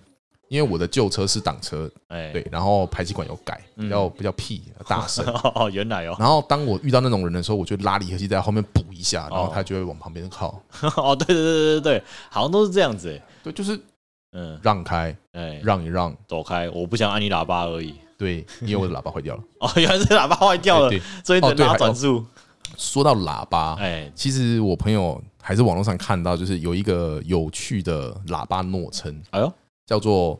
[SPEAKER 2] 因为我的旧车是挡车，
[SPEAKER 1] 哎，
[SPEAKER 2] 对，然后排气管有改，
[SPEAKER 1] 嗯
[SPEAKER 2] 比较比较屁大声。
[SPEAKER 1] [laughs] 哦，原来哦， [laughs]
[SPEAKER 2] 然后当我遇到那种人的时候，我就拉离合器在后面补一下，然后他就会往旁边靠。
[SPEAKER 1] 哦，对对对对对，好像都是这样子，哎
[SPEAKER 2] 对，就是
[SPEAKER 1] 嗯，
[SPEAKER 2] 让开，
[SPEAKER 1] 哎，
[SPEAKER 2] 让一让。
[SPEAKER 1] 走开，我不想按你喇叭而已。
[SPEAKER 2] 对，因为我的喇叭坏掉了。
[SPEAKER 1] 哦，原来是喇叭坏 [laughs] 掉
[SPEAKER 2] 哎
[SPEAKER 1] 了，
[SPEAKER 2] 对，
[SPEAKER 1] 所以
[SPEAKER 2] 哦啊
[SPEAKER 1] 等
[SPEAKER 2] 对
[SPEAKER 1] 拉
[SPEAKER 2] 还
[SPEAKER 1] 转速。
[SPEAKER 2] 说到喇叭，
[SPEAKER 1] 哎，
[SPEAKER 2] 其实我朋友还是网络上看到，就是有一个有趣的喇叭诺称，
[SPEAKER 1] 哎呦，
[SPEAKER 2] 叫做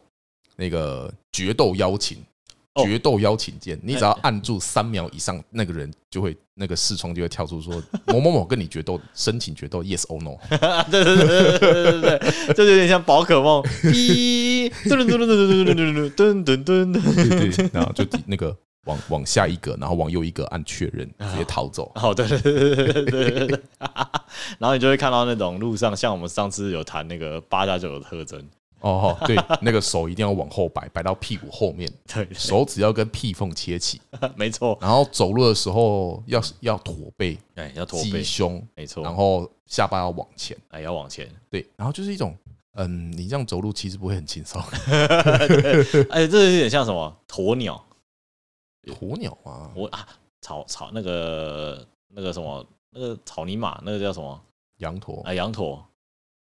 [SPEAKER 2] 那个决斗邀请。
[SPEAKER 1] 哦
[SPEAKER 2] 决斗邀请键，你只要按住三秒以上，那个人就会那个视窗就会跳出说某某某跟你决斗，申请决斗，yes [laughs] or no。
[SPEAKER 1] 对对对对对对对，这有点像宝可梦，咦，噔噔噔噔噔噔噔噔噔噔。
[SPEAKER 2] 对对，然后就那个往往下一格，然后往右一格按确认，直接逃
[SPEAKER 1] [laughs]
[SPEAKER 2] 走。
[SPEAKER 1] 哦，对对对对对对对，然后你就会看到那种路上，像我们上次有谈那个八加九的特征，
[SPEAKER 2] 哦，对，那个手一定要往后摆，摆到屁股后面，
[SPEAKER 1] 对，
[SPEAKER 2] 手指要跟屁缝切齐，
[SPEAKER 1] 没错，
[SPEAKER 2] 然后走路的时候要要驼背、
[SPEAKER 1] 哎，要驼
[SPEAKER 2] 鸡
[SPEAKER 1] 背，
[SPEAKER 2] 胸，
[SPEAKER 1] 没错，
[SPEAKER 2] 然后下巴要往前，
[SPEAKER 1] 哎要往前，
[SPEAKER 2] 对，然后就是一种。嗯，你这样走路其实不会很轻
[SPEAKER 1] [laughs]
[SPEAKER 2] 松。
[SPEAKER 1] 哎，这有点像什么鸵鸟，
[SPEAKER 2] 鸵鸟啊，
[SPEAKER 1] 我啊草草那个那个什么那个草泥马，那个叫什么？
[SPEAKER 2] 羊驼
[SPEAKER 1] 啊，羊驼，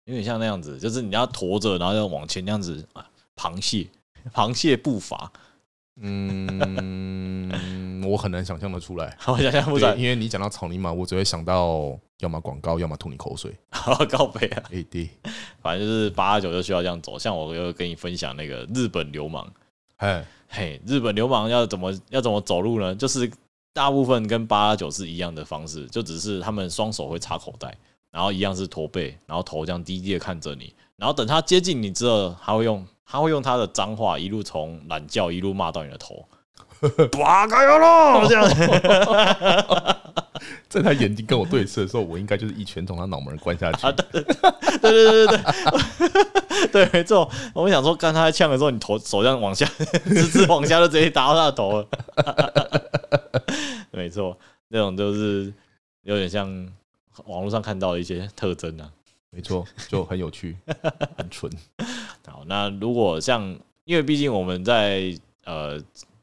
[SPEAKER 1] 有点像那样子，就是你要驮着，然后要往前那样子啊，螃蟹，螃蟹步伐， [laughs]
[SPEAKER 2] 嗯，我很难想象得出来。
[SPEAKER 1] 我想象不出
[SPEAKER 2] 对，
[SPEAKER 1] 来，
[SPEAKER 2] 因为你讲到草泥马，我只会想到要么广告，要么吐你口水。
[SPEAKER 1] 好告白啊，
[SPEAKER 2] 哎，对，
[SPEAKER 1] 反正就是八啊九就需要这样走。像我又跟你分享那个日本流氓，
[SPEAKER 2] [laughs] 哎，
[SPEAKER 1] 嘿，日本流氓要怎么要怎么走路呢？就是大部分跟八啊九是一样的方式，就只是他们双手会插口袋，然后一样是驼背，然后头这样低低的看着你，然后等他接近你之后，他会用他会用他的脏话一路从懒觉一路骂到你的头，哇，加油喽！这样，
[SPEAKER 2] [laughs] 在他眼睛跟我对视的时候，我应该就是一拳从他脑门关下去。
[SPEAKER 1] 啊对对对对对，对没错。我们想说，刚他在呛的时候，你头手这样往下， [laughs] 直直往下就直接打到他的头了。 [laughs] 没错，那种就是有点像网络上看到的一些特征啊。
[SPEAKER 2] 没错，就很有趣，
[SPEAKER 1] [laughs]
[SPEAKER 2] 很蠢。
[SPEAKER 1] 好，那如果像，因为毕竟我们在呃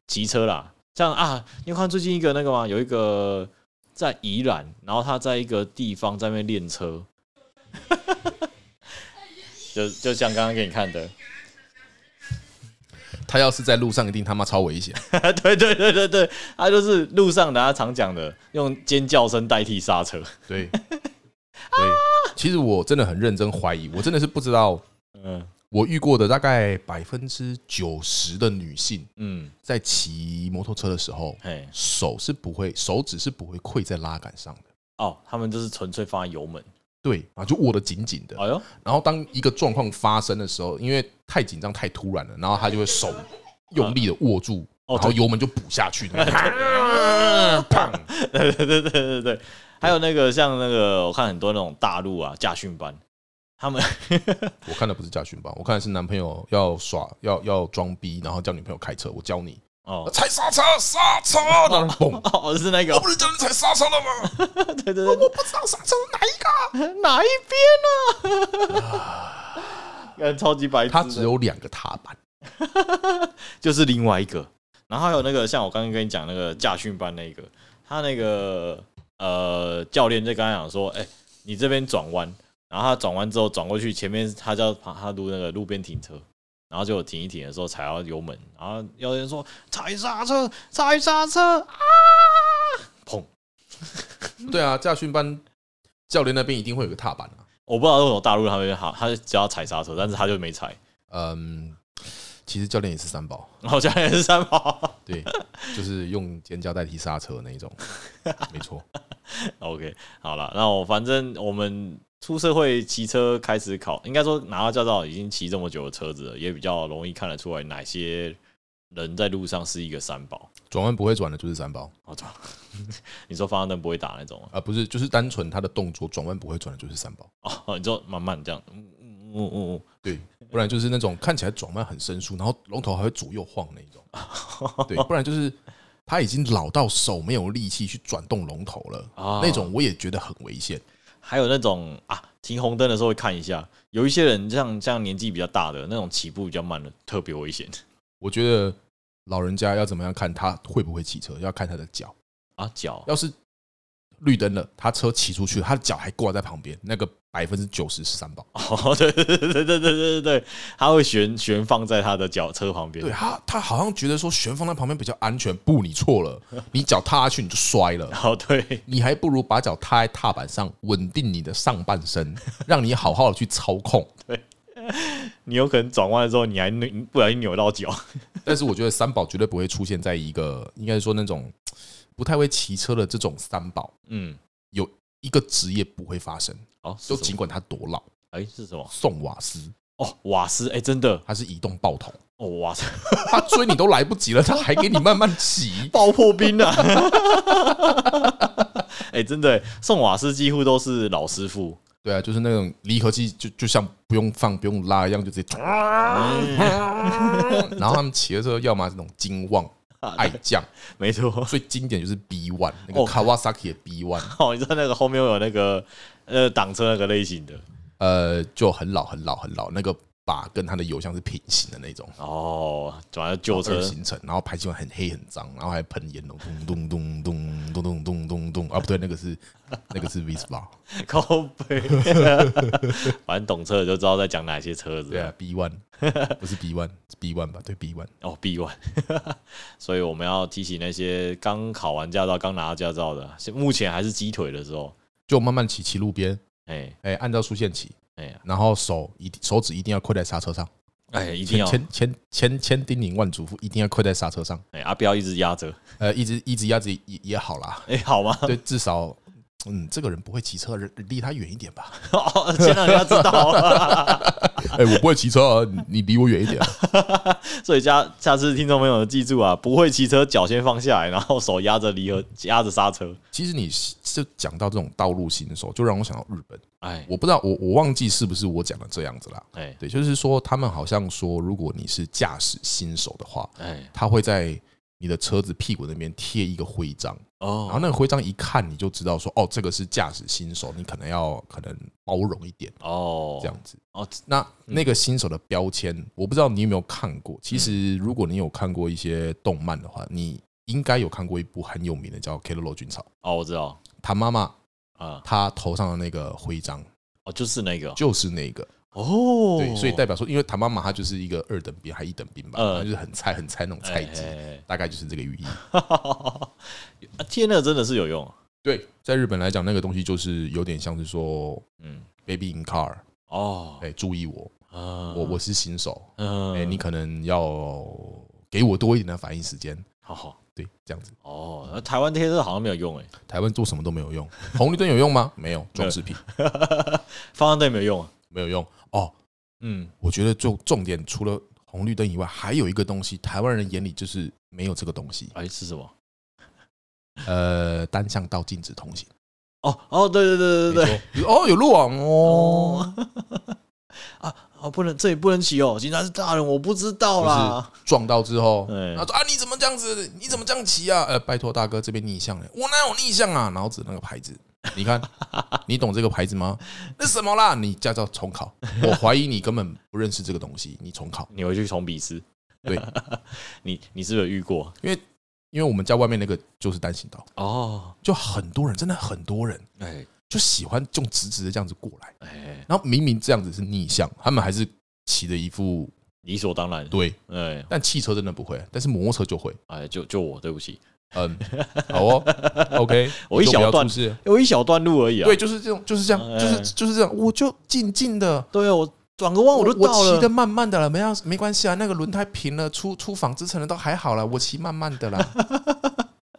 [SPEAKER 1] 骑车啦，像啊，你有看最近一个那个吗？有一个在宜兰，然后他在一个地方在那边练车， [laughs] 就就像刚刚给你看的，
[SPEAKER 2] 他要是在路上，一定他妈超危险。
[SPEAKER 1] [laughs] 对对对对对，他就是路上大家常讲的，用尖叫声代替刹车，
[SPEAKER 2] 对， [laughs] 对，其实我真的很认真怀疑，我真的是不知道，
[SPEAKER 1] 嗯
[SPEAKER 2] 我遇过的大概百分之九十的女性
[SPEAKER 1] 嗯，
[SPEAKER 2] 在骑摩托车的时候，
[SPEAKER 1] 嘿，
[SPEAKER 2] 手是不会，手指是不会跪在拉杆上的。
[SPEAKER 1] 哦，他们就是纯粹放在油门，
[SPEAKER 2] 对啊，就握得紧紧的。
[SPEAKER 1] [laughs] 哎呦，
[SPEAKER 2] 然后当一个状况发生的时候，因为太紧张、太突然了，然后他就会手用力的握住，
[SPEAKER 1] 哦
[SPEAKER 2] 然后
[SPEAKER 1] 对
[SPEAKER 2] 油门就补下去。 [laughs] 那个砰
[SPEAKER 1] 对对对对对对，还有那个像那个，我看很多那种大陆啊驾训班，他 [laughs] 们
[SPEAKER 2] 我看的不是驾训班，我看的是男朋友要耍要要装逼，然后叫女朋友开车，我教你
[SPEAKER 1] 哦
[SPEAKER 2] 踩刹车，刹车，然后嘣，
[SPEAKER 1] 哦是那个
[SPEAKER 2] 我
[SPEAKER 1] 哦，
[SPEAKER 2] 不是叫你踩刹车了吗？
[SPEAKER 1] 对对对，
[SPEAKER 2] [laughs] 我不知道刹车哪一个啊，
[SPEAKER 1] [laughs] 哪一边 [laughs] 呢、啊？看超级白痴的，
[SPEAKER 2] 它只有两个踏板，
[SPEAKER 1] [laughs] 就是另外一个。然后还有那个像我刚刚跟你讲那个驾训班那个，他那个呃教练就跟他讲说，哎、你这边转弯，然后他转弯之后转过去，前面他叫他他路那个路边停车，然后就停一停的时候踩到油门，然后有人说踩刹车，踩刹车啊，砰！
[SPEAKER 2] 对啊，驾训班教练那边一定会有个踏板啊。
[SPEAKER 1] 我不知道为什么大陆他们好，他只要踩刹车，但是他就没踩，
[SPEAKER 2] 嗯，其实教练也是三宝，
[SPEAKER 1] 然后教练是三跑。
[SPEAKER 2] [laughs] 对，就是用尖叫代替刹车那一种，没错。
[SPEAKER 1] OK，好了，那我反正我们出社会骑车开始考，应该说拿到驾照已经骑这么久的车子了，也比较容易看得出来哪些人在路上是一个三宝。
[SPEAKER 2] 转弯不会转的就是三宝
[SPEAKER 1] 我操，你说方向灯不会打那种吗？
[SPEAKER 2] 啊，不是，就是单纯他的动作转弯不会转的就是三宝，
[SPEAKER 1] 哦，你说慢慢这样，嗯嗯嗯嗯嗯，
[SPEAKER 2] 对，不然就是那种看起来转弯很生疏，然后龙头还会左右晃那一种，对，不然就是他已经老到手没有力气去转动龙头了，
[SPEAKER 1] 啊
[SPEAKER 2] 那种我也觉得很危险。
[SPEAKER 1] 还有那种啊，停红灯的时候会看一下，有一些人像像年纪比较大的那种起步比较慢的，特别危险
[SPEAKER 2] 我觉得老人家要怎么样看他会不会骑车，要看他的脚。
[SPEAKER 1] 啊，脚
[SPEAKER 2] 要是绿灯了，他车骑出去，他的脚还挂在旁边，那个百分之九十是三宝。
[SPEAKER 1] 哦，对对对对对对对对，他会悬悬放在他的脚车旁边
[SPEAKER 2] 对，他，他好像觉得说悬放在旁边比较安全。不，你错了，你脚踏下去你就摔了。
[SPEAKER 1] 哦，对，
[SPEAKER 2] 你还不如把脚踏在踏板上，稳定你的上半身，
[SPEAKER 1] [laughs]
[SPEAKER 2] 让你好好的去操控。
[SPEAKER 1] 你有可能转弯的时候你还扭不小心扭到脚，
[SPEAKER 2] 但是我觉得三宝绝对不会出现在一个，应该说那种不太会骑车的这种三宝，
[SPEAKER 1] 嗯，
[SPEAKER 2] 一个职业不会发生。
[SPEAKER 1] 好，
[SPEAKER 2] 就是
[SPEAKER 1] 什
[SPEAKER 2] 尽
[SPEAKER 1] 么？
[SPEAKER 2] 管他多老，
[SPEAKER 1] 哎、是什么？
[SPEAKER 2] 宋瓦斯
[SPEAKER 1] 哦，瓦斯，哎、真的，
[SPEAKER 2] 他是移动爆头，
[SPEAKER 1] 哦，瓦斯，。
[SPEAKER 2] 他追你都来不及了，他还给你慢慢骑
[SPEAKER 1] [laughs] [laughs] 爆破兵啊！哎、真的、送瓦斯几乎都是老师傅，
[SPEAKER 2] 对啊，就是那种离合器就就像不用放不用拉一样，就直接。
[SPEAKER 1] [laughs]
[SPEAKER 2] 然后他们骑的时候，要么是那种金旺爱将，
[SPEAKER 1] 没错。
[SPEAKER 2] 最啊经典就是 B One 那个
[SPEAKER 1] 哦
[SPEAKER 2] Kawasaki 的 B One，
[SPEAKER 1] 哦，你知道那个后面有那个呃挡车那个类型的
[SPEAKER 2] 呃，就很老很老很老，那个把跟它的油箱是平行的那种。
[SPEAKER 1] 哦，转到旧车
[SPEAKER 2] 二行程，然后排气管很黑很脏，然后还喷烟笼，咚咚咚咚咚咚咚咚咚啊，不对，那个是
[SPEAKER 1] [laughs]
[SPEAKER 2] 那个是 Vespa，
[SPEAKER 1] 靠背， [laughs] 反正懂车的就知道在讲哪些车子。
[SPEAKER 2] 对啊，B One 不是 B One 是 B One 吧？对 B One，
[SPEAKER 1] 哦，B one，所以我们要提醒那些刚考完驾照、刚拿到驾照的，现目前还是鸡腿的时候，
[SPEAKER 2] 就慢慢骑骑路边，
[SPEAKER 1] 哎
[SPEAKER 2] 哎，按照速线骑，
[SPEAKER 1] 哎呀
[SPEAKER 2] 然后手一定手指一定要扣在刹车上，
[SPEAKER 1] 哎，一定要
[SPEAKER 2] 千千千千千叮咛万嘱咐，一定要扣在刹车上，
[SPEAKER 1] 哎啊，不要一直压着，
[SPEAKER 2] 呃，一直一直压着也也也好啦，
[SPEAKER 1] 哎，好 [laughs] 吗？
[SPEAKER 2] 对，至少嗯，这个人不会骑车，人离他远一点
[SPEAKER 1] [laughs]
[SPEAKER 2] 吧。
[SPEAKER 1] 哦，先让人家知道。
[SPEAKER 2] 哎，我不会骑车啊，你你离我远
[SPEAKER 1] [laughs]
[SPEAKER 2] 一点啊。
[SPEAKER 1] 所以下下次听众朋友记住啊，不会骑车脚先放下来，然后手压着离合，压着刹车。
[SPEAKER 2] 其实你就讲到这种道路新手，就让我想到日本。
[SPEAKER 1] 哎
[SPEAKER 2] 我不知道，我我忘记是不是我讲的这样子啦。
[SPEAKER 1] 哎
[SPEAKER 2] 对，就是说他们好像说，如果你是驾驶新手的话，
[SPEAKER 1] 哎
[SPEAKER 2] 他会在你的车子屁股那边贴一个徽章，然后
[SPEAKER 1] 哦
[SPEAKER 2] 那个徽章一看你就知道说，哦，这个是驾驶新手，你可能要可能包容一点
[SPEAKER 1] 哦
[SPEAKER 2] 这样子。
[SPEAKER 1] 哦
[SPEAKER 2] 那那个新手的标签，我不知道你有没有看过。其实
[SPEAKER 1] 嗯
[SPEAKER 2] 如果你有看过一些动漫的话，你应该有看过一部很有名的叫《Keroro 军草》，
[SPEAKER 1] 哦，我知道
[SPEAKER 2] 他妈妈
[SPEAKER 1] 啊，
[SPEAKER 2] 他头上的那个徽章
[SPEAKER 1] 哦就是那个
[SPEAKER 2] 就是那个，
[SPEAKER 1] 哦，
[SPEAKER 2] 对，所以代表说，因为他妈妈她就是一个二等兵还一等兵吧，
[SPEAKER 1] 嗯
[SPEAKER 2] 她就是很菜很菜那种菜鸡，
[SPEAKER 1] 哎
[SPEAKER 2] 大概就是这个寓意。
[SPEAKER 1] 哎哎啊贴那个真的是有用，
[SPEAKER 2] 对，在日本来讲，那个东西就是有点像是说
[SPEAKER 1] 嗯
[SPEAKER 2] baby in car，
[SPEAKER 1] 哦，
[SPEAKER 2] 哎，注意我，
[SPEAKER 1] 啊
[SPEAKER 2] 我我是新手，
[SPEAKER 1] 嗯
[SPEAKER 2] 哎，你可能要给我多一点的反应时间，
[SPEAKER 1] 好好
[SPEAKER 2] 对，这样子。
[SPEAKER 1] 哦，那台湾贴这好像没有用哎，
[SPEAKER 2] 台湾做什么都没有用， [laughs] 红绿灯有用吗？没有，装饰品
[SPEAKER 1] 方向灯也没有用啊，
[SPEAKER 2] 没有用。哦，
[SPEAKER 1] 嗯，
[SPEAKER 2] 我觉得就重点除了红绿灯以外，还有一个东西，台湾人眼里就是没有这个东西。
[SPEAKER 1] 哎是什么？
[SPEAKER 2] 呃，单向道禁止通行。
[SPEAKER 1] 哦哦，对对对对对
[SPEAKER 2] 没错，哦，有路网哦，
[SPEAKER 1] 啊，哦不能这里不能骑哦，警察是大人，我不知道啦，
[SPEAKER 2] 撞到之后，
[SPEAKER 1] 对
[SPEAKER 2] 他说啊，你怎么这样子？你怎么这样骑啊？呃，拜托大哥，这边逆向了，我哪有逆向啊？然后指那个牌子，你看，你懂这个牌子吗？那什么啦？你驾照重考，我怀疑你根本不认识这个东西，你重考，
[SPEAKER 1] 你回去重笔试。 [laughs]
[SPEAKER 2] 对，
[SPEAKER 1] 你你是不是有遇过？
[SPEAKER 2] 因为我们家外面那个就是单行道，
[SPEAKER 1] 哦，
[SPEAKER 2] 就很多人，真的很多人
[SPEAKER 1] 哎
[SPEAKER 2] 就喜欢用直直的这样子过来，
[SPEAKER 1] 哎，
[SPEAKER 2] 然后明明这样子是逆向，他们还是骑的一副
[SPEAKER 1] 理所当然，
[SPEAKER 2] 对，
[SPEAKER 1] 哎
[SPEAKER 2] 但汽车真的不会，但是摩托车就会。
[SPEAKER 1] 哎，就就我，对不起，
[SPEAKER 2] 嗯，
[SPEAKER 1] [laughs]
[SPEAKER 2] 好哦，OK，
[SPEAKER 1] 我一
[SPEAKER 2] 你就不
[SPEAKER 1] 小
[SPEAKER 2] 要
[SPEAKER 1] 段
[SPEAKER 2] 出事，
[SPEAKER 1] 有一小段路而已啊。
[SPEAKER 2] 对，就是这种，就是这样，
[SPEAKER 1] 哎
[SPEAKER 2] 就是就是这样，我就静静的。
[SPEAKER 1] 对啊，我转个弯
[SPEAKER 2] 我
[SPEAKER 1] 就到
[SPEAKER 2] 骑的
[SPEAKER 1] 了。。
[SPEAKER 2] 慢慢的了，没样没关系啊，那个轮胎平了，出出纺织层的都还好了，我骑慢慢的啦
[SPEAKER 1] [laughs]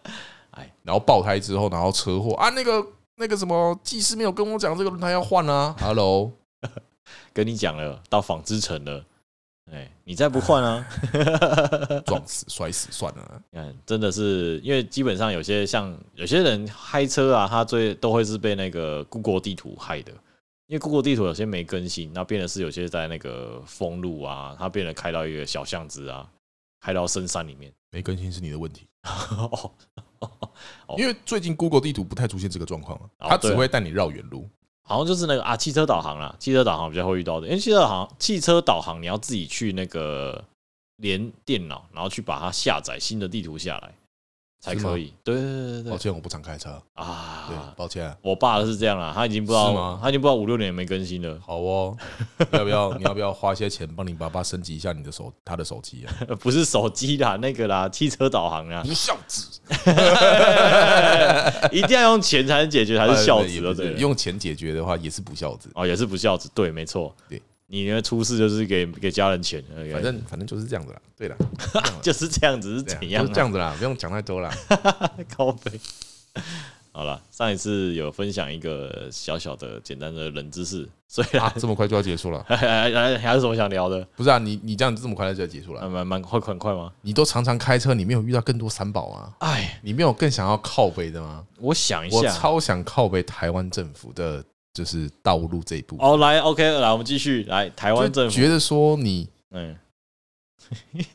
[SPEAKER 1] 哎，
[SPEAKER 2] 然后爆胎之后，然后车祸啊，那个那个什么技师没有跟我讲这个轮胎要换啊。Hello，
[SPEAKER 1] 跟你讲了，到纺织城了。哎，你再不换 [laughs] 啊！
[SPEAKER 2] 撞死摔死算了啊，
[SPEAKER 1] 你看，嗯真的是因为基本上有些像有些人开车啊，他最都会是被那个 Google 地图害的，因为 Google 地图有些没更新，那变的是有些在那个封路啊，它变得开到一个小巷子啊，开到深山里面。 [laughs]
[SPEAKER 2] 没更新是你的问题，
[SPEAKER 1] 哦，
[SPEAKER 2] 因为最近 Google 地图不太出现这个状况了，
[SPEAKER 1] 哦
[SPEAKER 2] 它只
[SPEAKER 1] 对啊
[SPEAKER 2] 会带你绕远路。
[SPEAKER 1] 好像就是那个啊，汽车导航啦，汽车导航比较会遇到的，因为汽车导航，汽车导航你要自己去那个连电脑，然后去把它下载新的地图下来才
[SPEAKER 2] 是吗
[SPEAKER 1] 可以。对对对对
[SPEAKER 2] 抱
[SPEAKER 1] 对
[SPEAKER 2] 歉，我不常开车，对
[SPEAKER 1] 啊，！
[SPEAKER 2] 抱歉。
[SPEAKER 1] 我爸是这样啦，他已经不知
[SPEAKER 2] 是
[SPEAKER 1] 道
[SPEAKER 2] 吗
[SPEAKER 1] 他已经不知道五六年没更新了， [laughs]
[SPEAKER 2] 好哦， [laughs] 要不要？你要不要花一些钱帮你爸爸升级一下你的手，他的手
[SPEAKER 1] [laughs]
[SPEAKER 2] 机啊？
[SPEAKER 1] 不是手机啦，那个啦，汽车导航啦，
[SPEAKER 2] 不孝子，
[SPEAKER 1] 一定要用钱才能解决，还是孝子
[SPEAKER 2] 哎也
[SPEAKER 1] 的
[SPEAKER 2] 不
[SPEAKER 1] 对
[SPEAKER 2] 是
[SPEAKER 1] 了。
[SPEAKER 2] 用钱解决的话也是不孝子。
[SPEAKER 1] 哦，也是不孝子，对，没错，
[SPEAKER 2] 对，
[SPEAKER 1] 你呢出事就是给给家人钱，OK，
[SPEAKER 2] 反正反正就是这样子啦，对啦，
[SPEAKER 1] 就是这样子是
[SPEAKER 2] 对啊
[SPEAKER 1] 怎样、
[SPEAKER 2] 就是这样子啦，不用讲太
[SPEAKER 1] [laughs]
[SPEAKER 2] 多啦。
[SPEAKER 1] 高飞。好了，上一次有分享一个小小的、简单的冷知识，所以 [laughs]
[SPEAKER 2] 啊，这么快就要结束了？
[SPEAKER 1] 还还还还有什么想聊的？
[SPEAKER 2] 不是啊，你你这样这么快就要结束
[SPEAKER 1] 啊
[SPEAKER 2] 了？
[SPEAKER 1] 蛮蛮快，很快吗？
[SPEAKER 2] 你都常常开车，你没有遇到更多三宝吗？
[SPEAKER 1] 哎，
[SPEAKER 2] 你没有更想要靠北的吗？
[SPEAKER 1] 我想一
[SPEAKER 2] 我
[SPEAKER 1] 下。
[SPEAKER 2] 超想靠北台湾政府的，就是道路这一部分。
[SPEAKER 1] 哦，来，OK，来，我们继续来台湾
[SPEAKER 2] 就
[SPEAKER 1] 政府
[SPEAKER 2] 觉，得说你
[SPEAKER 1] 嗯，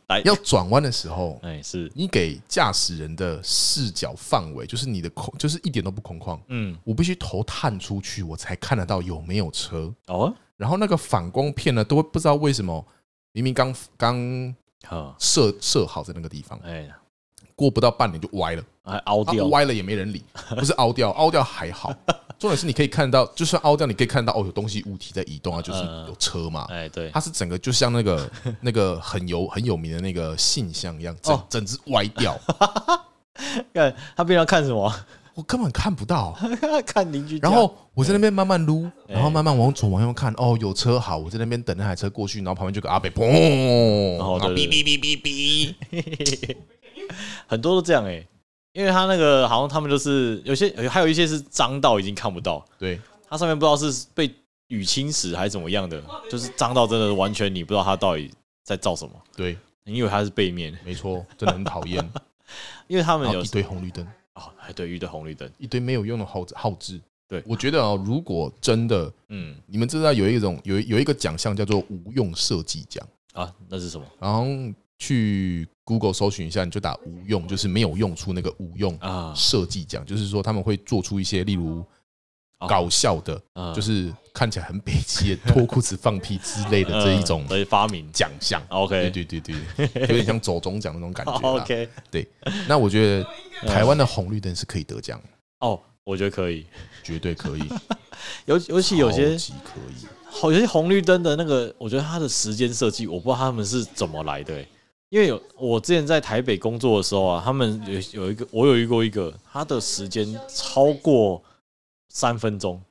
[SPEAKER 1] 来，
[SPEAKER 2] 要转弯的时候，
[SPEAKER 1] 哎是，
[SPEAKER 2] 你给驾驶人的视角范围，就是你的空，就是一点都不空旷。
[SPEAKER 1] 嗯，
[SPEAKER 2] 我必须头探出去，我才看得到有没有车。
[SPEAKER 1] 哦，
[SPEAKER 2] 然后那个反光片呢，都会不知道为什么，明明刚刚
[SPEAKER 1] 好，
[SPEAKER 2] 设设好在那个地方，
[SPEAKER 1] 哎，
[SPEAKER 2] 过不到半年就歪了，
[SPEAKER 1] 还凹
[SPEAKER 2] 啊
[SPEAKER 1] 掉，
[SPEAKER 2] 歪了也没
[SPEAKER 1] [laughs]
[SPEAKER 2] 人理，不是凹掉，凹掉还好。重点是你可以看到，就算凹掉，你可以看到哦，有东西物体在移动啊，就是
[SPEAKER 1] 嗯
[SPEAKER 2] 有车嘛。
[SPEAKER 1] 哎，对， [laughs]
[SPEAKER 2] 它是整个就像那个那个很有很有名的那个信箱一样，
[SPEAKER 1] 哦
[SPEAKER 2] 整整只歪掉，
[SPEAKER 1] 看他平常看什么？ [laughs]
[SPEAKER 2] 我根本看不到。
[SPEAKER 1] 看邻居家，
[SPEAKER 2] 然后我在那边慢慢撸，
[SPEAKER 1] 哎
[SPEAKER 2] 然后慢慢往左往右看，哦，有车好，我在那边等那台车过去，然后旁边就有个
[SPEAKER 1] [laughs]
[SPEAKER 2] 阿北，砰，然
[SPEAKER 1] 哦
[SPEAKER 2] 后
[SPEAKER 1] 对
[SPEAKER 2] 哔
[SPEAKER 1] 对
[SPEAKER 2] 哔哔哔
[SPEAKER 1] [laughs]
[SPEAKER 2] 哔，
[SPEAKER 1] 很多都这样哎、因为他那个好像他们就是有些还有一些是脏到已经看不到，
[SPEAKER 2] 对，
[SPEAKER 1] 它上面不知道是被雨侵蚀还是怎么样的，就是脏到真的完全你不知道它到底在造什么，
[SPEAKER 2] 对，
[SPEAKER 1] 你以为它是背面，
[SPEAKER 2] 没错，真的很讨
[SPEAKER 1] [laughs]
[SPEAKER 2] 厌。
[SPEAKER 1] 因为他
[SPEAKER 2] 然
[SPEAKER 1] 们
[SPEAKER 2] 后
[SPEAKER 1] 有
[SPEAKER 2] 一堆红绿灯，
[SPEAKER 1] 哦，哎对，遇到红绿灯，
[SPEAKER 2] 一堆没有用的耗耗资。
[SPEAKER 1] 对
[SPEAKER 2] 我觉得哦，如果真的，
[SPEAKER 1] 嗯
[SPEAKER 2] 你们知道有一种有一有一个奖项叫做无用设计奖，
[SPEAKER 1] 啊，那是什么
[SPEAKER 2] 然后去 Google 搜寻一下，你就打无用，就是没有用处那个无用
[SPEAKER 1] 啊？
[SPEAKER 2] 设计奖，就是说他们会做出一些例如
[SPEAKER 1] 哦
[SPEAKER 2] 搞笑的，
[SPEAKER 1] 啊
[SPEAKER 2] 就是看起来很北极的脱裤子放屁之类的这一种
[SPEAKER 1] 嗯所以发明
[SPEAKER 2] 奖项。对
[SPEAKER 1] OK
[SPEAKER 2] 对对对，
[SPEAKER 1] [laughs]
[SPEAKER 2] 有点像走中奖那种感觉啦。
[SPEAKER 1] 哦 OK
[SPEAKER 2] 那我觉得台湾的红绿灯是可以得奖，
[SPEAKER 1] 哦，我觉得可以，
[SPEAKER 2] 绝对可
[SPEAKER 1] [laughs]
[SPEAKER 2] 以，
[SPEAKER 1] 尤尤其有些
[SPEAKER 2] 超级可以。
[SPEAKER 1] 好，有些红绿灯的那个，我觉得它的时间设计，我不知道他们是怎么来的、欸。因为有我之前在台北工作的时候啊，他们有有一个，我有遇过一个，他的时间超过三分钟，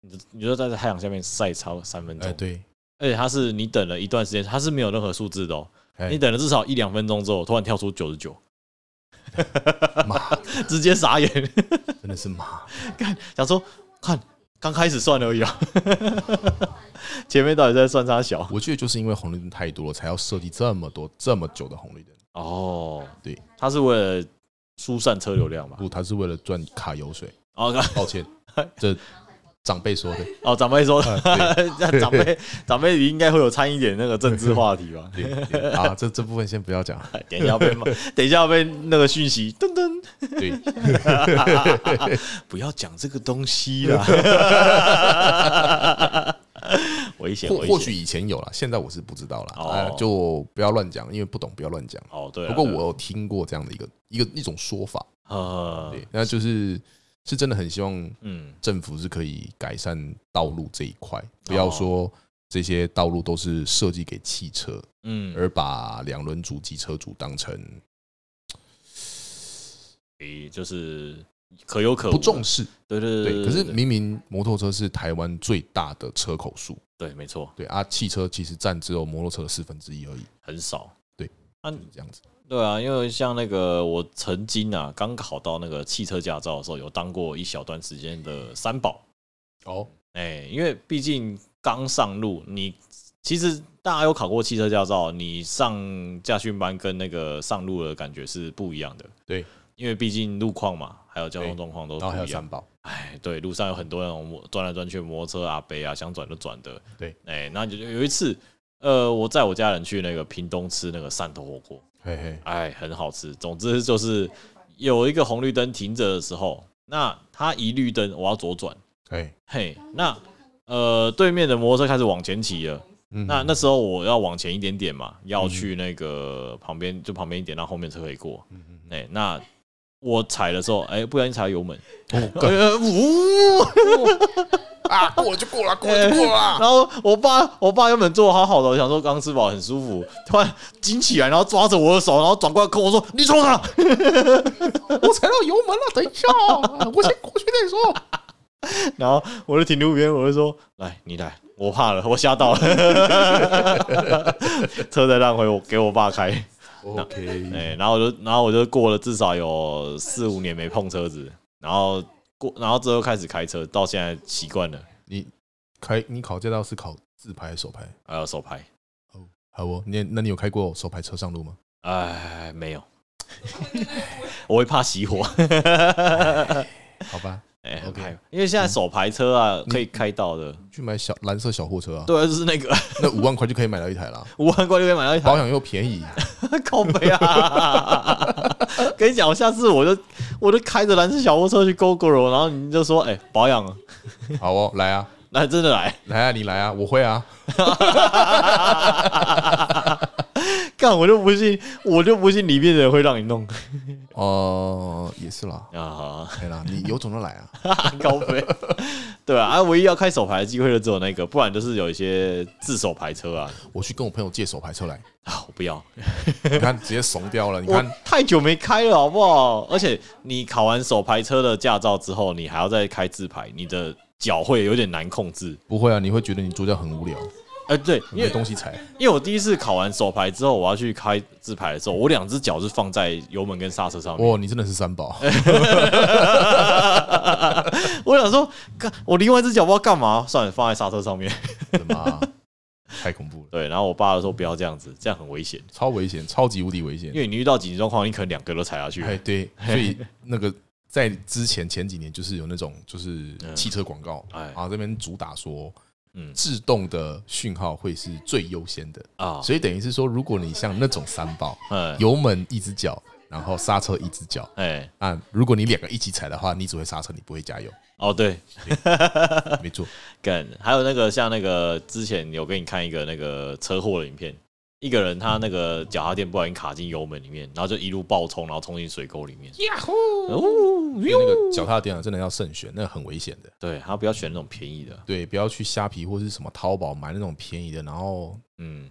[SPEAKER 1] 你就你就在太阳下面晒超三分钟，
[SPEAKER 2] 哎，对，
[SPEAKER 1] 而且它是你等了一段时间，它是没有任何数字的哦、
[SPEAKER 2] 哎
[SPEAKER 1] 你等了至少一两分钟之后，突然跳出九十九，
[SPEAKER 2] [laughs] 妈，
[SPEAKER 1] [laughs] 直接傻眼，
[SPEAKER 2] 真的是妈，
[SPEAKER 1] 想说看刚开始算而已啊， [laughs] 前面到底在算啥小？
[SPEAKER 2] [laughs] 我觉得就是因为红绿灯太多了，才要设计这么多这么久的红绿灯。
[SPEAKER 1] 哦，
[SPEAKER 2] 对，
[SPEAKER 1] 它是为了疏散车流量吧？
[SPEAKER 2] 不，他是为了赚卡油水。
[SPEAKER 1] 哦，[laughs]
[SPEAKER 2] 抱歉，这长辈说的。
[SPEAKER 1] 哦，长辈说，
[SPEAKER 2] 啊对
[SPEAKER 1] 那 [laughs] 长辈长辈应该会有掺一点那个政治话题 [laughs] 吧？哎
[SPEAKER 2] 对对啊，这这部分先不要
[SPEAKER 1] [laughs]
[SPEAKER 2] 讲。
[SPEAKER 1] 等一下被骂，等一下被那个讯息，噔噔，
[SPEAKER 2] 对，
[SPEAKER 1] 不要讲这个东西啦， [laughs] 危险，
[SPEAKER 2] 或
[SPEAKER 1] 危
[SPEAKER 2] 或
[SPEAKER 1] 险
[SPEAKER 2] 许以前有啦，现在我是不知道啦。
[SPEAKER 1] 哦
[SPEAKER 2] 啊，就不要乱讲，因为不懂不要乱讲。
[SPEAKER 1] 哦，对啊，
[SPEAKER 2] 不过
[SPEAKER 1] 对啊
[SPEAKER 2] 我有听过这样的一个一个一种说法，
[SPEAKER 1] 呃，
[SPEAKER 2] 对，那就是是真的很希望
[SPEAKER 1] 嗯，
[SPEAKER 2] 政府是可以改善道路这一块，
[SPEAKER 1] 哦
[SPEAKER 2] 不要说这些道路都是设计给汽车，
[SPEAKER 1] 嗯
[SPEAKER 2] 而把两轮主机车主当成
[SPEAKER 1] 啊诶就是可有可无，啊
[SPEAKER 2] 不重视。
[SPEAKER 1] 对，对对
[SPEAKER 2] 对，
[SPEAKER 1] 对，
[SPEAKER 2] 可是
[SPEAKER 1] 对
[SPEAKER 2] 明明摩托车是台湾最大的车口数，
[SPEAKER 1] 对，没错，
[SPEAKER 2] 对啊，汽车其实占只有摩托车的四分之一而已，
[SPEAKER 1] 很少，
[SPEAKER 2] 就是这样子。
[SPEAKER 1] 对啊，因为像那个我曾经啊，刚考到那个汽车驾照的时候，有当过一小段时间的三宝。
[SPEAKER 2] 哦，
[SPEAKER 1] 哎、因为毕竟刚上路，你其实大家有考过汽车驾照，你上驾训班跟那个上路的感觉是不一样的。
[SPEAKER 2] 对，
[SPEAKER 1] 因为毕竟路况嘛，还有交通状况都
[SPEAKER 2] 然后还
[SPEAKER 1] 不
[SPEAKER 2] 有
[SPEAKER 1] 一样
[SPEAKER 2] 三。宝，
[SPEAKER 1] 哎，对，路上有很多那种摩转来转去的摩托车阿伯啊，想转就转的。
[SPEAKER 2] 对，
[SPEAKER 1] 哎、那就有一次，呃，我载我家人去那个屏东吃那个汕头火锅。
[SPEAKER 2] 嘿嘿，
[SPEAKER 1] 哎，很好吃。总之就是有一个红绿灯停着的时候，那它一绿灯我要左转，
[SPEAKER 2] 哎，
[SPEAKER 1] 嘿，那呃，对面的摩托车开始往前骑了。
[SPEAKER 2] 嗯
[SPEAKER 1] 那那时候我要往前一点点嘛，要去那个旁边，就旁边一点，让后面车可以过。
[SPEAKER 2] 嗯嗯嗯
[SPEAKER 1] 哎、那我踩的时候，哎、不小心踩到油门， [laughs]
[SPEAKER 2] 哦 [laughs] 干
[SPEAKER 1] 呃，呜！
[SPEAKER 2] 啊，过了就 [laughs] 过了，过了就过了。
[SPEAKER 1] 然后我爸，我爸原本坐得好好的，我想说刚吃饱很舒服，突然惊起来，然后抓着我的手，然后转过来跟我说：“你冲啊
[SPEAKER 2] 我踩到油门了，等一下 [laughs] 哦，啊我先过去再说。！”
[SPEAKER 1] 然后我就停路边，我就说：“来，你来，我怕了，我吓到了。” [laughs] 车再让回我给我爸开，哎、
[SPEAKER 2] OK，
[SPEAKER 1] 然后我就然后我就过了至少有四五年没碰车子，然后过然后之后开始开车，到现在习惯了，
[SPEAKER 2] 你开你考驾照是考自排还是手排？
[SPEAKER 1] 还要手牌。
[SPEAKER 2] 好哦，你那你有开过手排车上路吗？
[SPEAKER 1] 哎，没有， [laughs] 我会怕熄火。
[SPEAKER 2] 好吧，
[SPEAKER 1] 哎
[SPEAKER 2] OK
[SPEAKER 1] 很害怕因为现在手排车啊，
[SPEAKER 2] 你
[SPEAKER 1] 可以开到的，
[SPEAKER 2] 去买小蓝色小货车啊，
[SPEAKER 1] 对啊，就是那个
[SPEAKER 2] 那五万块就可以买到一台 [laughs] 啦，
[SPEAKER 1] 五万块就可以买到一台
[SPEAKER 2] 保养又便宜。
[SPEAKER 1] [laughs] 靠背啊！ [laughs] 跟你讲，我下次我就我就开着蓝色小货车去 GoGo，然后你就说，哎，保养啊，
[SPEAKER 2] 好哦，来啊，
[SPEAKER 1] 来真的来， [laughs]
[SPEAKER 2] 来啊，你来啊，我会啊。
[SPEAKER 1] 干我就不信，我就不信里面的人会让你弄 [laughs]
[SPEAKER 2] 哦，也是啦，
[SPEAKER 1] 啊好啊！ [laughs]
[SPEAKER 2] 对啦，你有种就来啊。
[SPEAKER 1] 高飞， [laughs] 对啊，啊，唯一要开手牌的机会就只有那个，不然就是有一些自手牌车啊 [laughs]
[SPEAKER 2] 我去跟我朋友借手排车来，
[SPEAKER 1] 啊，我不要，
[SPEAKER 2] 你看直接怂掉了。你
[SPEAKER 1] 我
[SPEAKER 2] 看，
[SPEAKER 1] 太久没开了，好不好？而且你考完手牌车的驾照之后，你还要再开自牌，你的脚会有点难控制。
[SPEAKER 2] 不会啊，你会觉得你坐轿很无聊，
[SPEAKER 1] 哎、对，因
[SPEAKER 2] 没
[SPEAKER 1] 为
[SPEAKER 2] 东西踩。
[SPEAKER 1] 因为我第一次考完手牌之后，我要去开自牌的时候，我两只脚是放在油门跟刹车上面。
[SPEAKER 2] 哦哇，你真的是三宝。
[SPEAKER 1] [laughs] 我想说，干我另外一只脚不知道干嘛，算了，放在刹车上面。 [laughs]
[SPEAKER 2] 的妈，太恐怖了，
[SPEAKER 1] 对，然后我爸就说不要这样子，这样很危险，
[SPEAKER 2] 超危险，超级无敌危险
[SPEAKER 1] 因。为你遇到紧急状况，你可能两个都踩下去。
[SPEAKER 2] 哎，对，所以那个在之前前几年就是有那种就是
[SPEAKER 1] 嗯
[SPEAKER 2] 汽车广告，
[SPEAKER 1] 哎
[SPEAKER 2] 然后这边主打说
[SPEAKER 1] 嗯
[SPEAKER 2] 制动的讯号会是最优先的，
[SPEAKER 1] 啊，
[SPEAKER 2] 所以等于是说，如果你像那种三宝，
[SPEAKER 1] 哎
[SPEAKER 2] 油门一只脚，然后刹车一只脚。
[SPEAKER 1] 哎
[SPEAKER 2] 啊，如果你两个一起踩的话，你只会刹车，你不会加油。
[SPEAKER 1] 哦对，
[SPEAKER 2] 没错，
[SPEAKER 1] 干，还有那个像那个之前有给你看一个那个车祸的影片，一个人他那个脚踏垫不小心卡进油门里面，然后就一路暴冲，然后冲进水沟里面。哦，
[SPEAKER 2] 所以那个脚踏垫啊，真的要慎选，那个很危险的。
[SPEAKER 1] 对，他不要选那种便宜的，
[SPEAKER 2] 对，不要去虾皮或是什么淘宝买那种便宜的，然后
[SPEAKER 1] 嗯，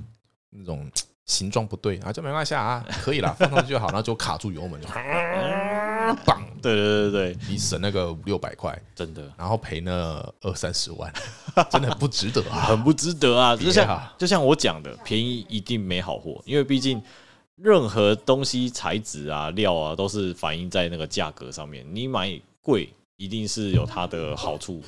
[SPEAKER 2] 那种形状不对啊，就没关系啊，可以啦， [laughs] 放上去就好，然后就卡住油门，就 [laughs] 棒，
[SPEAKER 1] 对对对对对，
[SPEAKER 2] 你省那个五六百块，
[SPEAKER 1] 真的
[SPEAKER 2] 然后赔那二三十万，真的很不值得啊！ [laughs]
[SPEAKER 1] 很不值得啊！就
[SPEAKER 2] 别
[SPEAKER 1] 像
[SPEAKER 2] 啊
[SPEAKER 1] 就像我讲的，便宜一定没好货，因为毕竟。任何东西材质啊、料啊，都是反映在那个价格上面。你买贵，一定是有它的好处。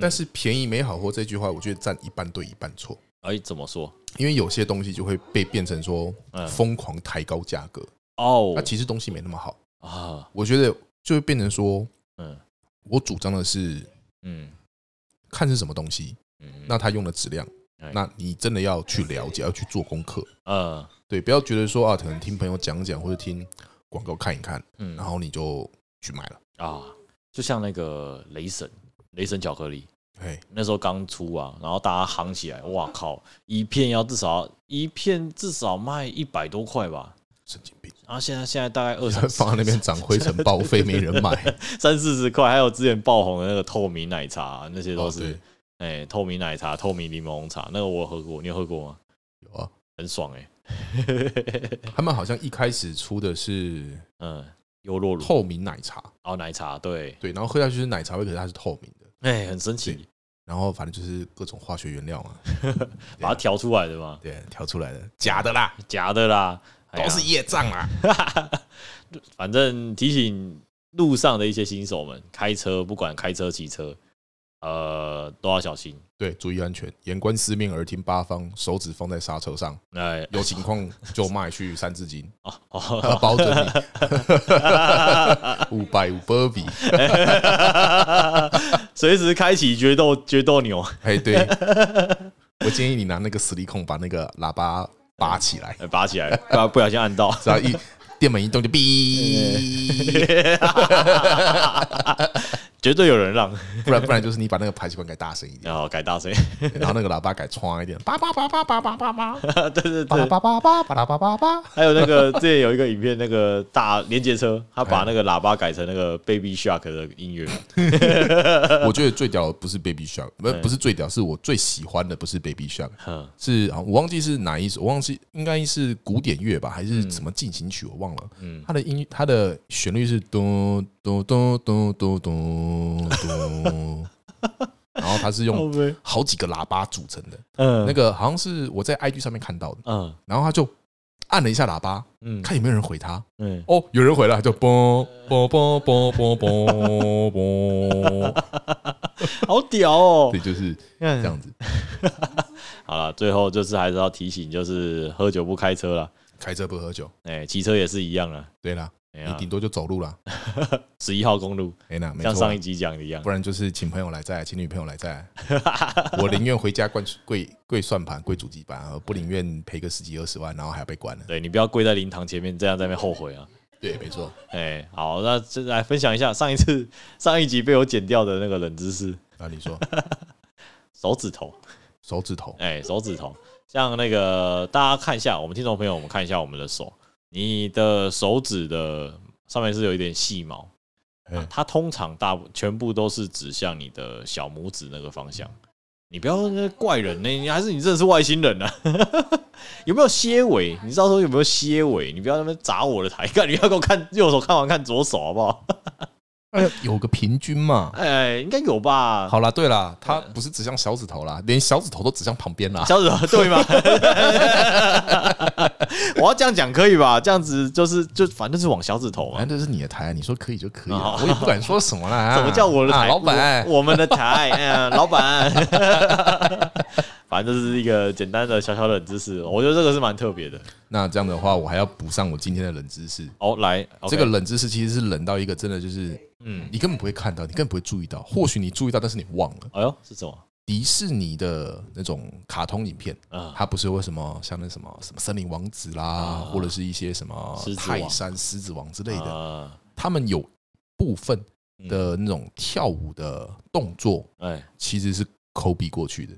[SPEAKER 2] 但是便宜没好货这句话，我觉得占一半对一半错，
[SPEAKER 1] 哎、怎么说？
[SPEAKER 2] 因为有些东西就会被变成说
[SPEAKER 1] 嗯
[SPEAKER 2] 疯狂抬高价格，
[SPEAKER 1] 哦
[SPEAKER 2] 那、其实东西没那么好，
[SPEAKER 1] 啊，
[SPEAKER 2] 我觉得就会变成说，
[SPEAKER 1] 嗯
[SPEAKER 2] 我主张的是
[SPEAKER 1] 嗯
[SPEAKER 2] 看是什么东西，
[SPEAKER 1] 嗯，
[SPEAKER 2] 那它用的质量
[SPEAKER 1] 哎，
[SPEAKER 2] 那你真的要去了解，要去做功课。
[SPEAKER 1] 呃，
[SPEAKER 2] 对，不要觉得说啊，可能听朋友讲讲或者听广告看一看，
[SPEAKER 1] 嗯
[SPEAKER 2] 然后你就去买了。
[SPEAKER 1] 啊，就像那个雷神，雷神巧克力
[SPEAKER 2] 哎，
[SPEAKER 1] 那时候刚出啊，然后大家夯起来，哇靠，一片要至少一片至少卖一百多块吧，
[SPEAKER 2] 神经病！
[SPEAKER 1] 然后现在现在大
[SPEAKER 2] [laughs]
[SPEAKER 1] 概二三
[SPEAKER 2] 放在
[SPEAKER 1] [laughs]
[SPEAKER 2] 那边长灰尘报废，没人买。
[SPEAKER 1] 三四十块，还有之前爆红的那个透明奶茶、那些 [laughs] 都
[SPEAKER 2] 哦
[SPEAKER 1] 是
[SPEAKER 2] 对，
[SPEAKER 1] 哎、透明奶茶、透明柠檬茶，那个我有喝过，你有喝过吗？
[SPEAKER 2] 有啊，
[SPEAKER 1] 很爽哎、 [laughs]
[SPEAKER 2] 他们好像一开始出的是
[SPEAKER 1] 嗯，优酪乳
[SPEAKER 2] 透明奶茶，
[SPEAKER 1] 哦，奶茶对，
[SPEAKER 2] 对，然后喝下去是奶茶味，可是它是透明的，
[SPEAKER 1] 哎、很神奇，
[SPEAKER 2] 然后反正就是各种化学原料嘛，
[SPEAKER 1] 把它调出来的嘛，
[SPEAKER 2] 对，调出来的，假的啦，
[SPEAKER 1] 假的啦，哎呀
[SPEAKER 2] 都是业障啊
[SPEAKER 1] [laughs]
[SPEAKER 2] 啦。
[SPEAKER 1] 反正提醒路上的一些新手们，开车不管开车、骑车，呃，都要小心。
[SPEAKER 2] 对，注意安全，眼观四面，耳听八方，手指放在刹车上，
[SPEAKER 1] 哎，
[SPEAKER 2] 有情况就卖去三字经，
[SPEAKER 1] 哦，
[SPEAKER 2] 他
[SPEAKER 1] 哦
[SPEAKER 2] 包准你五百五波比。
[SPEAKER 1] 随时开启决斗决斗钮，
[SPEAKER 2] 哎，对，我建议你拿那个实力控把那个喇叭拔起来，
[SPEAKER 1] 哎拔起
[SPEAKER 2] [laughs]
[SPEAKER 1] 来，不然不小心按到。
[SPEAKER 2] 只要
[SPEAKER 1] 哎
[SPEAKER 2] 一电门一动就哔。
[SPEAKER 1] 绝对有人让，
[SPEAKER 2] 不然不然就是你把那个排气管改大声一点，
[SPEAKER 1] 然后改大声， [laughs]
[SPEAKER 2] 然后那个喇叭改窗一点，叭叭叭叭叭叭叭叭，
[SPEAKER 1] 对对
[SPEAKER 2] 叭啦
[SPEAKER 1] 对，
[SPEAKER 2] 叭叭叭叭啦叭叭叭，
[SPEAKER 1] 还有那个之前有一个影片，那个大连接车，他把那个喇叭改成那个 Baby Shark 的音乐，
[SPEAKER 2] [laughs] 哎我觉得最屌的不是 Baby Shark，不
[SPEAKER 1] 对
[SPEAKER 2] 不是最屌，是我最喜欢的不是 Baby Shark，
[SPEAKER 1] 哼
[SPEAKER 2] 是啊，我忘记是哪一首，我忘记应该是古典乐吧，还是什么进行曲，我忘了。
[SPEAKER 1] 嗯，
[SPEAKER 2] 它的音它的旋律是咚咚咚咚咚咚咚， [laughs] 然后它是用
[SPEAKER 1] 呗，
[SPEAKER 2] 好几个喇叭组成的，
[SPEAKER 1] 嗯，
[SPEAKER 2] 那个好像是我在 IG 上面看到的，
[SPEAKER 1] 嗯
[SPEAKER 2] 然后他就按了一下喇叭，
[SPEAKER 1] 嗯
[SPEAKER 2] 看有没有人回他。
[SPEAKER 1] 嗯，
[SPEAKER 2] 哦，有人回来，就嘣嘣嘣嘣嘣嘣嘣，
[SPEAKER 1] 好屌哦
[SPEAKER 2] 对，，就是
[SPEAKER 1] 这
[SPEAKER 2] 这样子。
[SPEAKER 1] 好了，最后就是还是要提醒，就是喝酒不开车了，
[SPEAKER 2] 开车不喝酒，
[SPEAKER 1] 哎、骑车也是一样啦。
[SPEAKER 2] 对啦，
[SPEAKER 1] 哎
[SPEAKER 2] 你
[SPEAKER 1] 呀，
[SPEAKER 2] 顶多就走路啦。
[SPEAKER 1] 十一号公路，
[SPEAKER 2] 哎那没
[SPEAKER 1] 像上
[SPEAKER 2] 错
[SPEAKER 1] 一，集讲的一样
[SPEAKER 2] 不，然就是请朋友来载，请女朋友来载。 [laughs] 我宁愿回家跪跪跪算盘、跪主机板，而不宁愿赔个十几二十万，然后还要被关了。
[SPEAKER 1] 对你不要跪在灵堂前面，这样在那边后悔啊。
[SPEAKER 2] 对，没错。
[SPEAKER 1] 哎、好，那这来分享一下上一次上一集被我剪掉的那个冷知识，
[SPEAKER 2] 那你说
[SPEAKER 1] 手指头，
[SPEAKER 2] 手指头，
[SPEAKER 1] 哎、手指头，像那个大家看一下，我们听众朋友，我们看一下我们的手，你的手指的上面是有一点细毛，
[SPEAKER 2] 哎
[SPEAKER 1] 它通常大部全部都是指向你的小拇指那个方向。你不要那怪人呢、你还是你真的是外星人啊？ [laughs] 有没有蝎尾？你知道说有没有蝎尾？你不要在那边砸我的台，看你不要给我看右手看完看左手好不好？
[SPEAKER 2] 哎呀，有个平均嘛。
[SPEAKER 1] 哎，应该有吧？
[SPEAKER 2] 好啦，对啦，它不是指向小指头啦，连小指头都指向旁边啦。
[SPEAKER 1] 小指头对吗？ [laughs] 我要这样讲可以吧？这样子就是就反正是往小指头嘛
[SPEAKER 2] 反。正哎这是你的台，你说可以就可以
[SPEAKER 1] 哦
[SPEAKER 2] 了，我也不敢说什
[SPEAKER 1] [laughs]
[SPEAKER 2] 么啦。
[SPEAKER 1] 什么叫我的
[SPEAKER 2] 啊
[SPEAKER 1] 台？
[SPEAKER 2] 老板
[SPEAKER 1] 我，我们的台， [laughs] 嗯，老板。 [laughs] 反正这是一个简单的小小冷知识，我觉得这个是蛮特别的。
[SPEAKER 2] 那这样的话，我还要补上我今天的冷知识。
[SPEAKER 1] 哦，来，
[SPEAKER 2] 这个
[SPEAKER 1] OK，
[SPEAKER 2] 冷知识其实是冷到一个真的就是，
[SPEAKER 1] 嗯，
[SPEAKER 2] 你根本不会看到，你根本不会注意到。或许你注意到，但是你忘了。
[SPEAKER 1] 哎呦，是什么？
[SPEAKER 2] 迪士尼的那种卡通影片，
[SPEAKER 1] 啊，
[SPEAKER 2] 它不是为什么像那什么什么森林王子啦，或者是一些什么
[SPEAKER 1] 狮子王
[SPEAKER 2] 泰山狮子王之类的，
[SPEAKER 1] 啊，
[SPEAKER 2] 他们有部分
[SPEAKER 1] 嗯
[SPEAKER 2] 的那种跳舞的动作
[SPEAKER 1] 哎
[SPEAKER 2] 其实是 copy 过去的。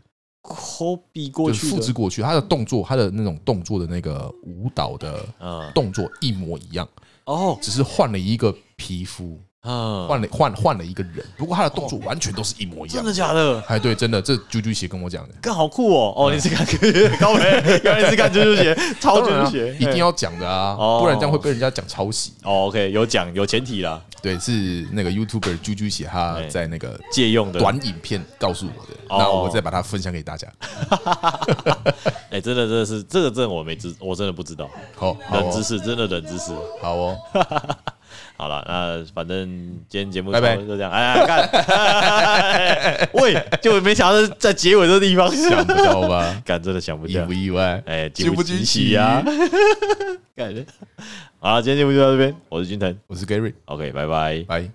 [SPEAKER 1] ，copy 过
[SPEAKER 2] 就是
[SPEAKER 1] 去
[SPEAKER 2] 复制
[SPEAKER 1] 的，
[SPEAKER 2] 过去，他的动作，他的那种动作的那个舞蹈的
[SPEAKER 1] 嗯，
[SPEAKER 2] 动作一模一样，
[SPEAKER 1] 哦，
[SPEAKER 2] 只是换了一个皮肤，
[SPEAKER 1] 嗯，
[SPEAKER 2] 换了换换了一个人，不过他的动作完全都是一模一
[SPEAKER 1] 哦真
[SPEAKER 2] 样
[SPEAKER 1] 的。假的？
[SPEAKER 2] 哎，对，真的，这啾啾鞋跟我讲的，
[SPEAKER 1] 干好酷哦！哦，你是看 [laughs] 高伟，原来是看蜘蛛鞋，超
[SPEAKER 2] 嗯 [laughs] 当
[SPEAKER 1] 蜘
[SPEAKER 2] 然啊
[SPEAKER 1] 蛛哦鞋，
[SPEAKER 2] 一定要讲的啊，
[SPEAKER 1] 哦
[SPEAKER 2] 不然这样会被人家讲抄袭。
[SPEAKER 1] 哦。OK，有讲有前提啦，
[SPEAKER 2] 对，是那个 YouTuber 啾啾鞋他
[SPEAKER 1] 哎
[SPEAKER 2] 在那个
[SPEAKER 1] 借用的。
[SPEAKER 2] 短影片告诉我的，
[SPEAKER 1] 哦
[SPEAKER 2] 那我再把它分享给大家。
[SPEAKER 1] 哎，真的真的是这个真的我没知，我真的不知道
[SPEAKER 2] 好，好
[SPEAKER 1] 冷知
[SPEAKER 2] 哦，
[SPEAKER 1] 识，真的冷知识。
[SPEAKER 2] 好哦，
[SPEAKER 1] 好了，那反正今天节目
[SPEAKER 2] 拜拜
[SPEAKER 1] 差不多就这样。哎哎，干哎， [laughs] 喂，就没想到在结尾这地方，？
[SPEAKER 2] 想不到吧
[SPEAKER 1] [laughs] 干真的想不
[SPEAKER 2] 意
[SPEAKER 1] 到
[SPEAKER 2] 不。意外？
[SPEAKER 1] 哎，惊
[SPEAKER 2] 惊
[SPEAKER 1] 不
[SPEAKER 2] 不
[SPEAKER 1] 惊
[SPEAKER 2] 惊
[SPEAKER 1] 喜
[SPEAKER 2] 喜
[SPEAKER 1] [laughs] 呀？感觉。好了，今天节目就到这边，我是君腾
[SPEAKER 2] 我是 Gary，
[SPEAKER 1] ，OK，拜拜。
[SPEAKER 2] 拜。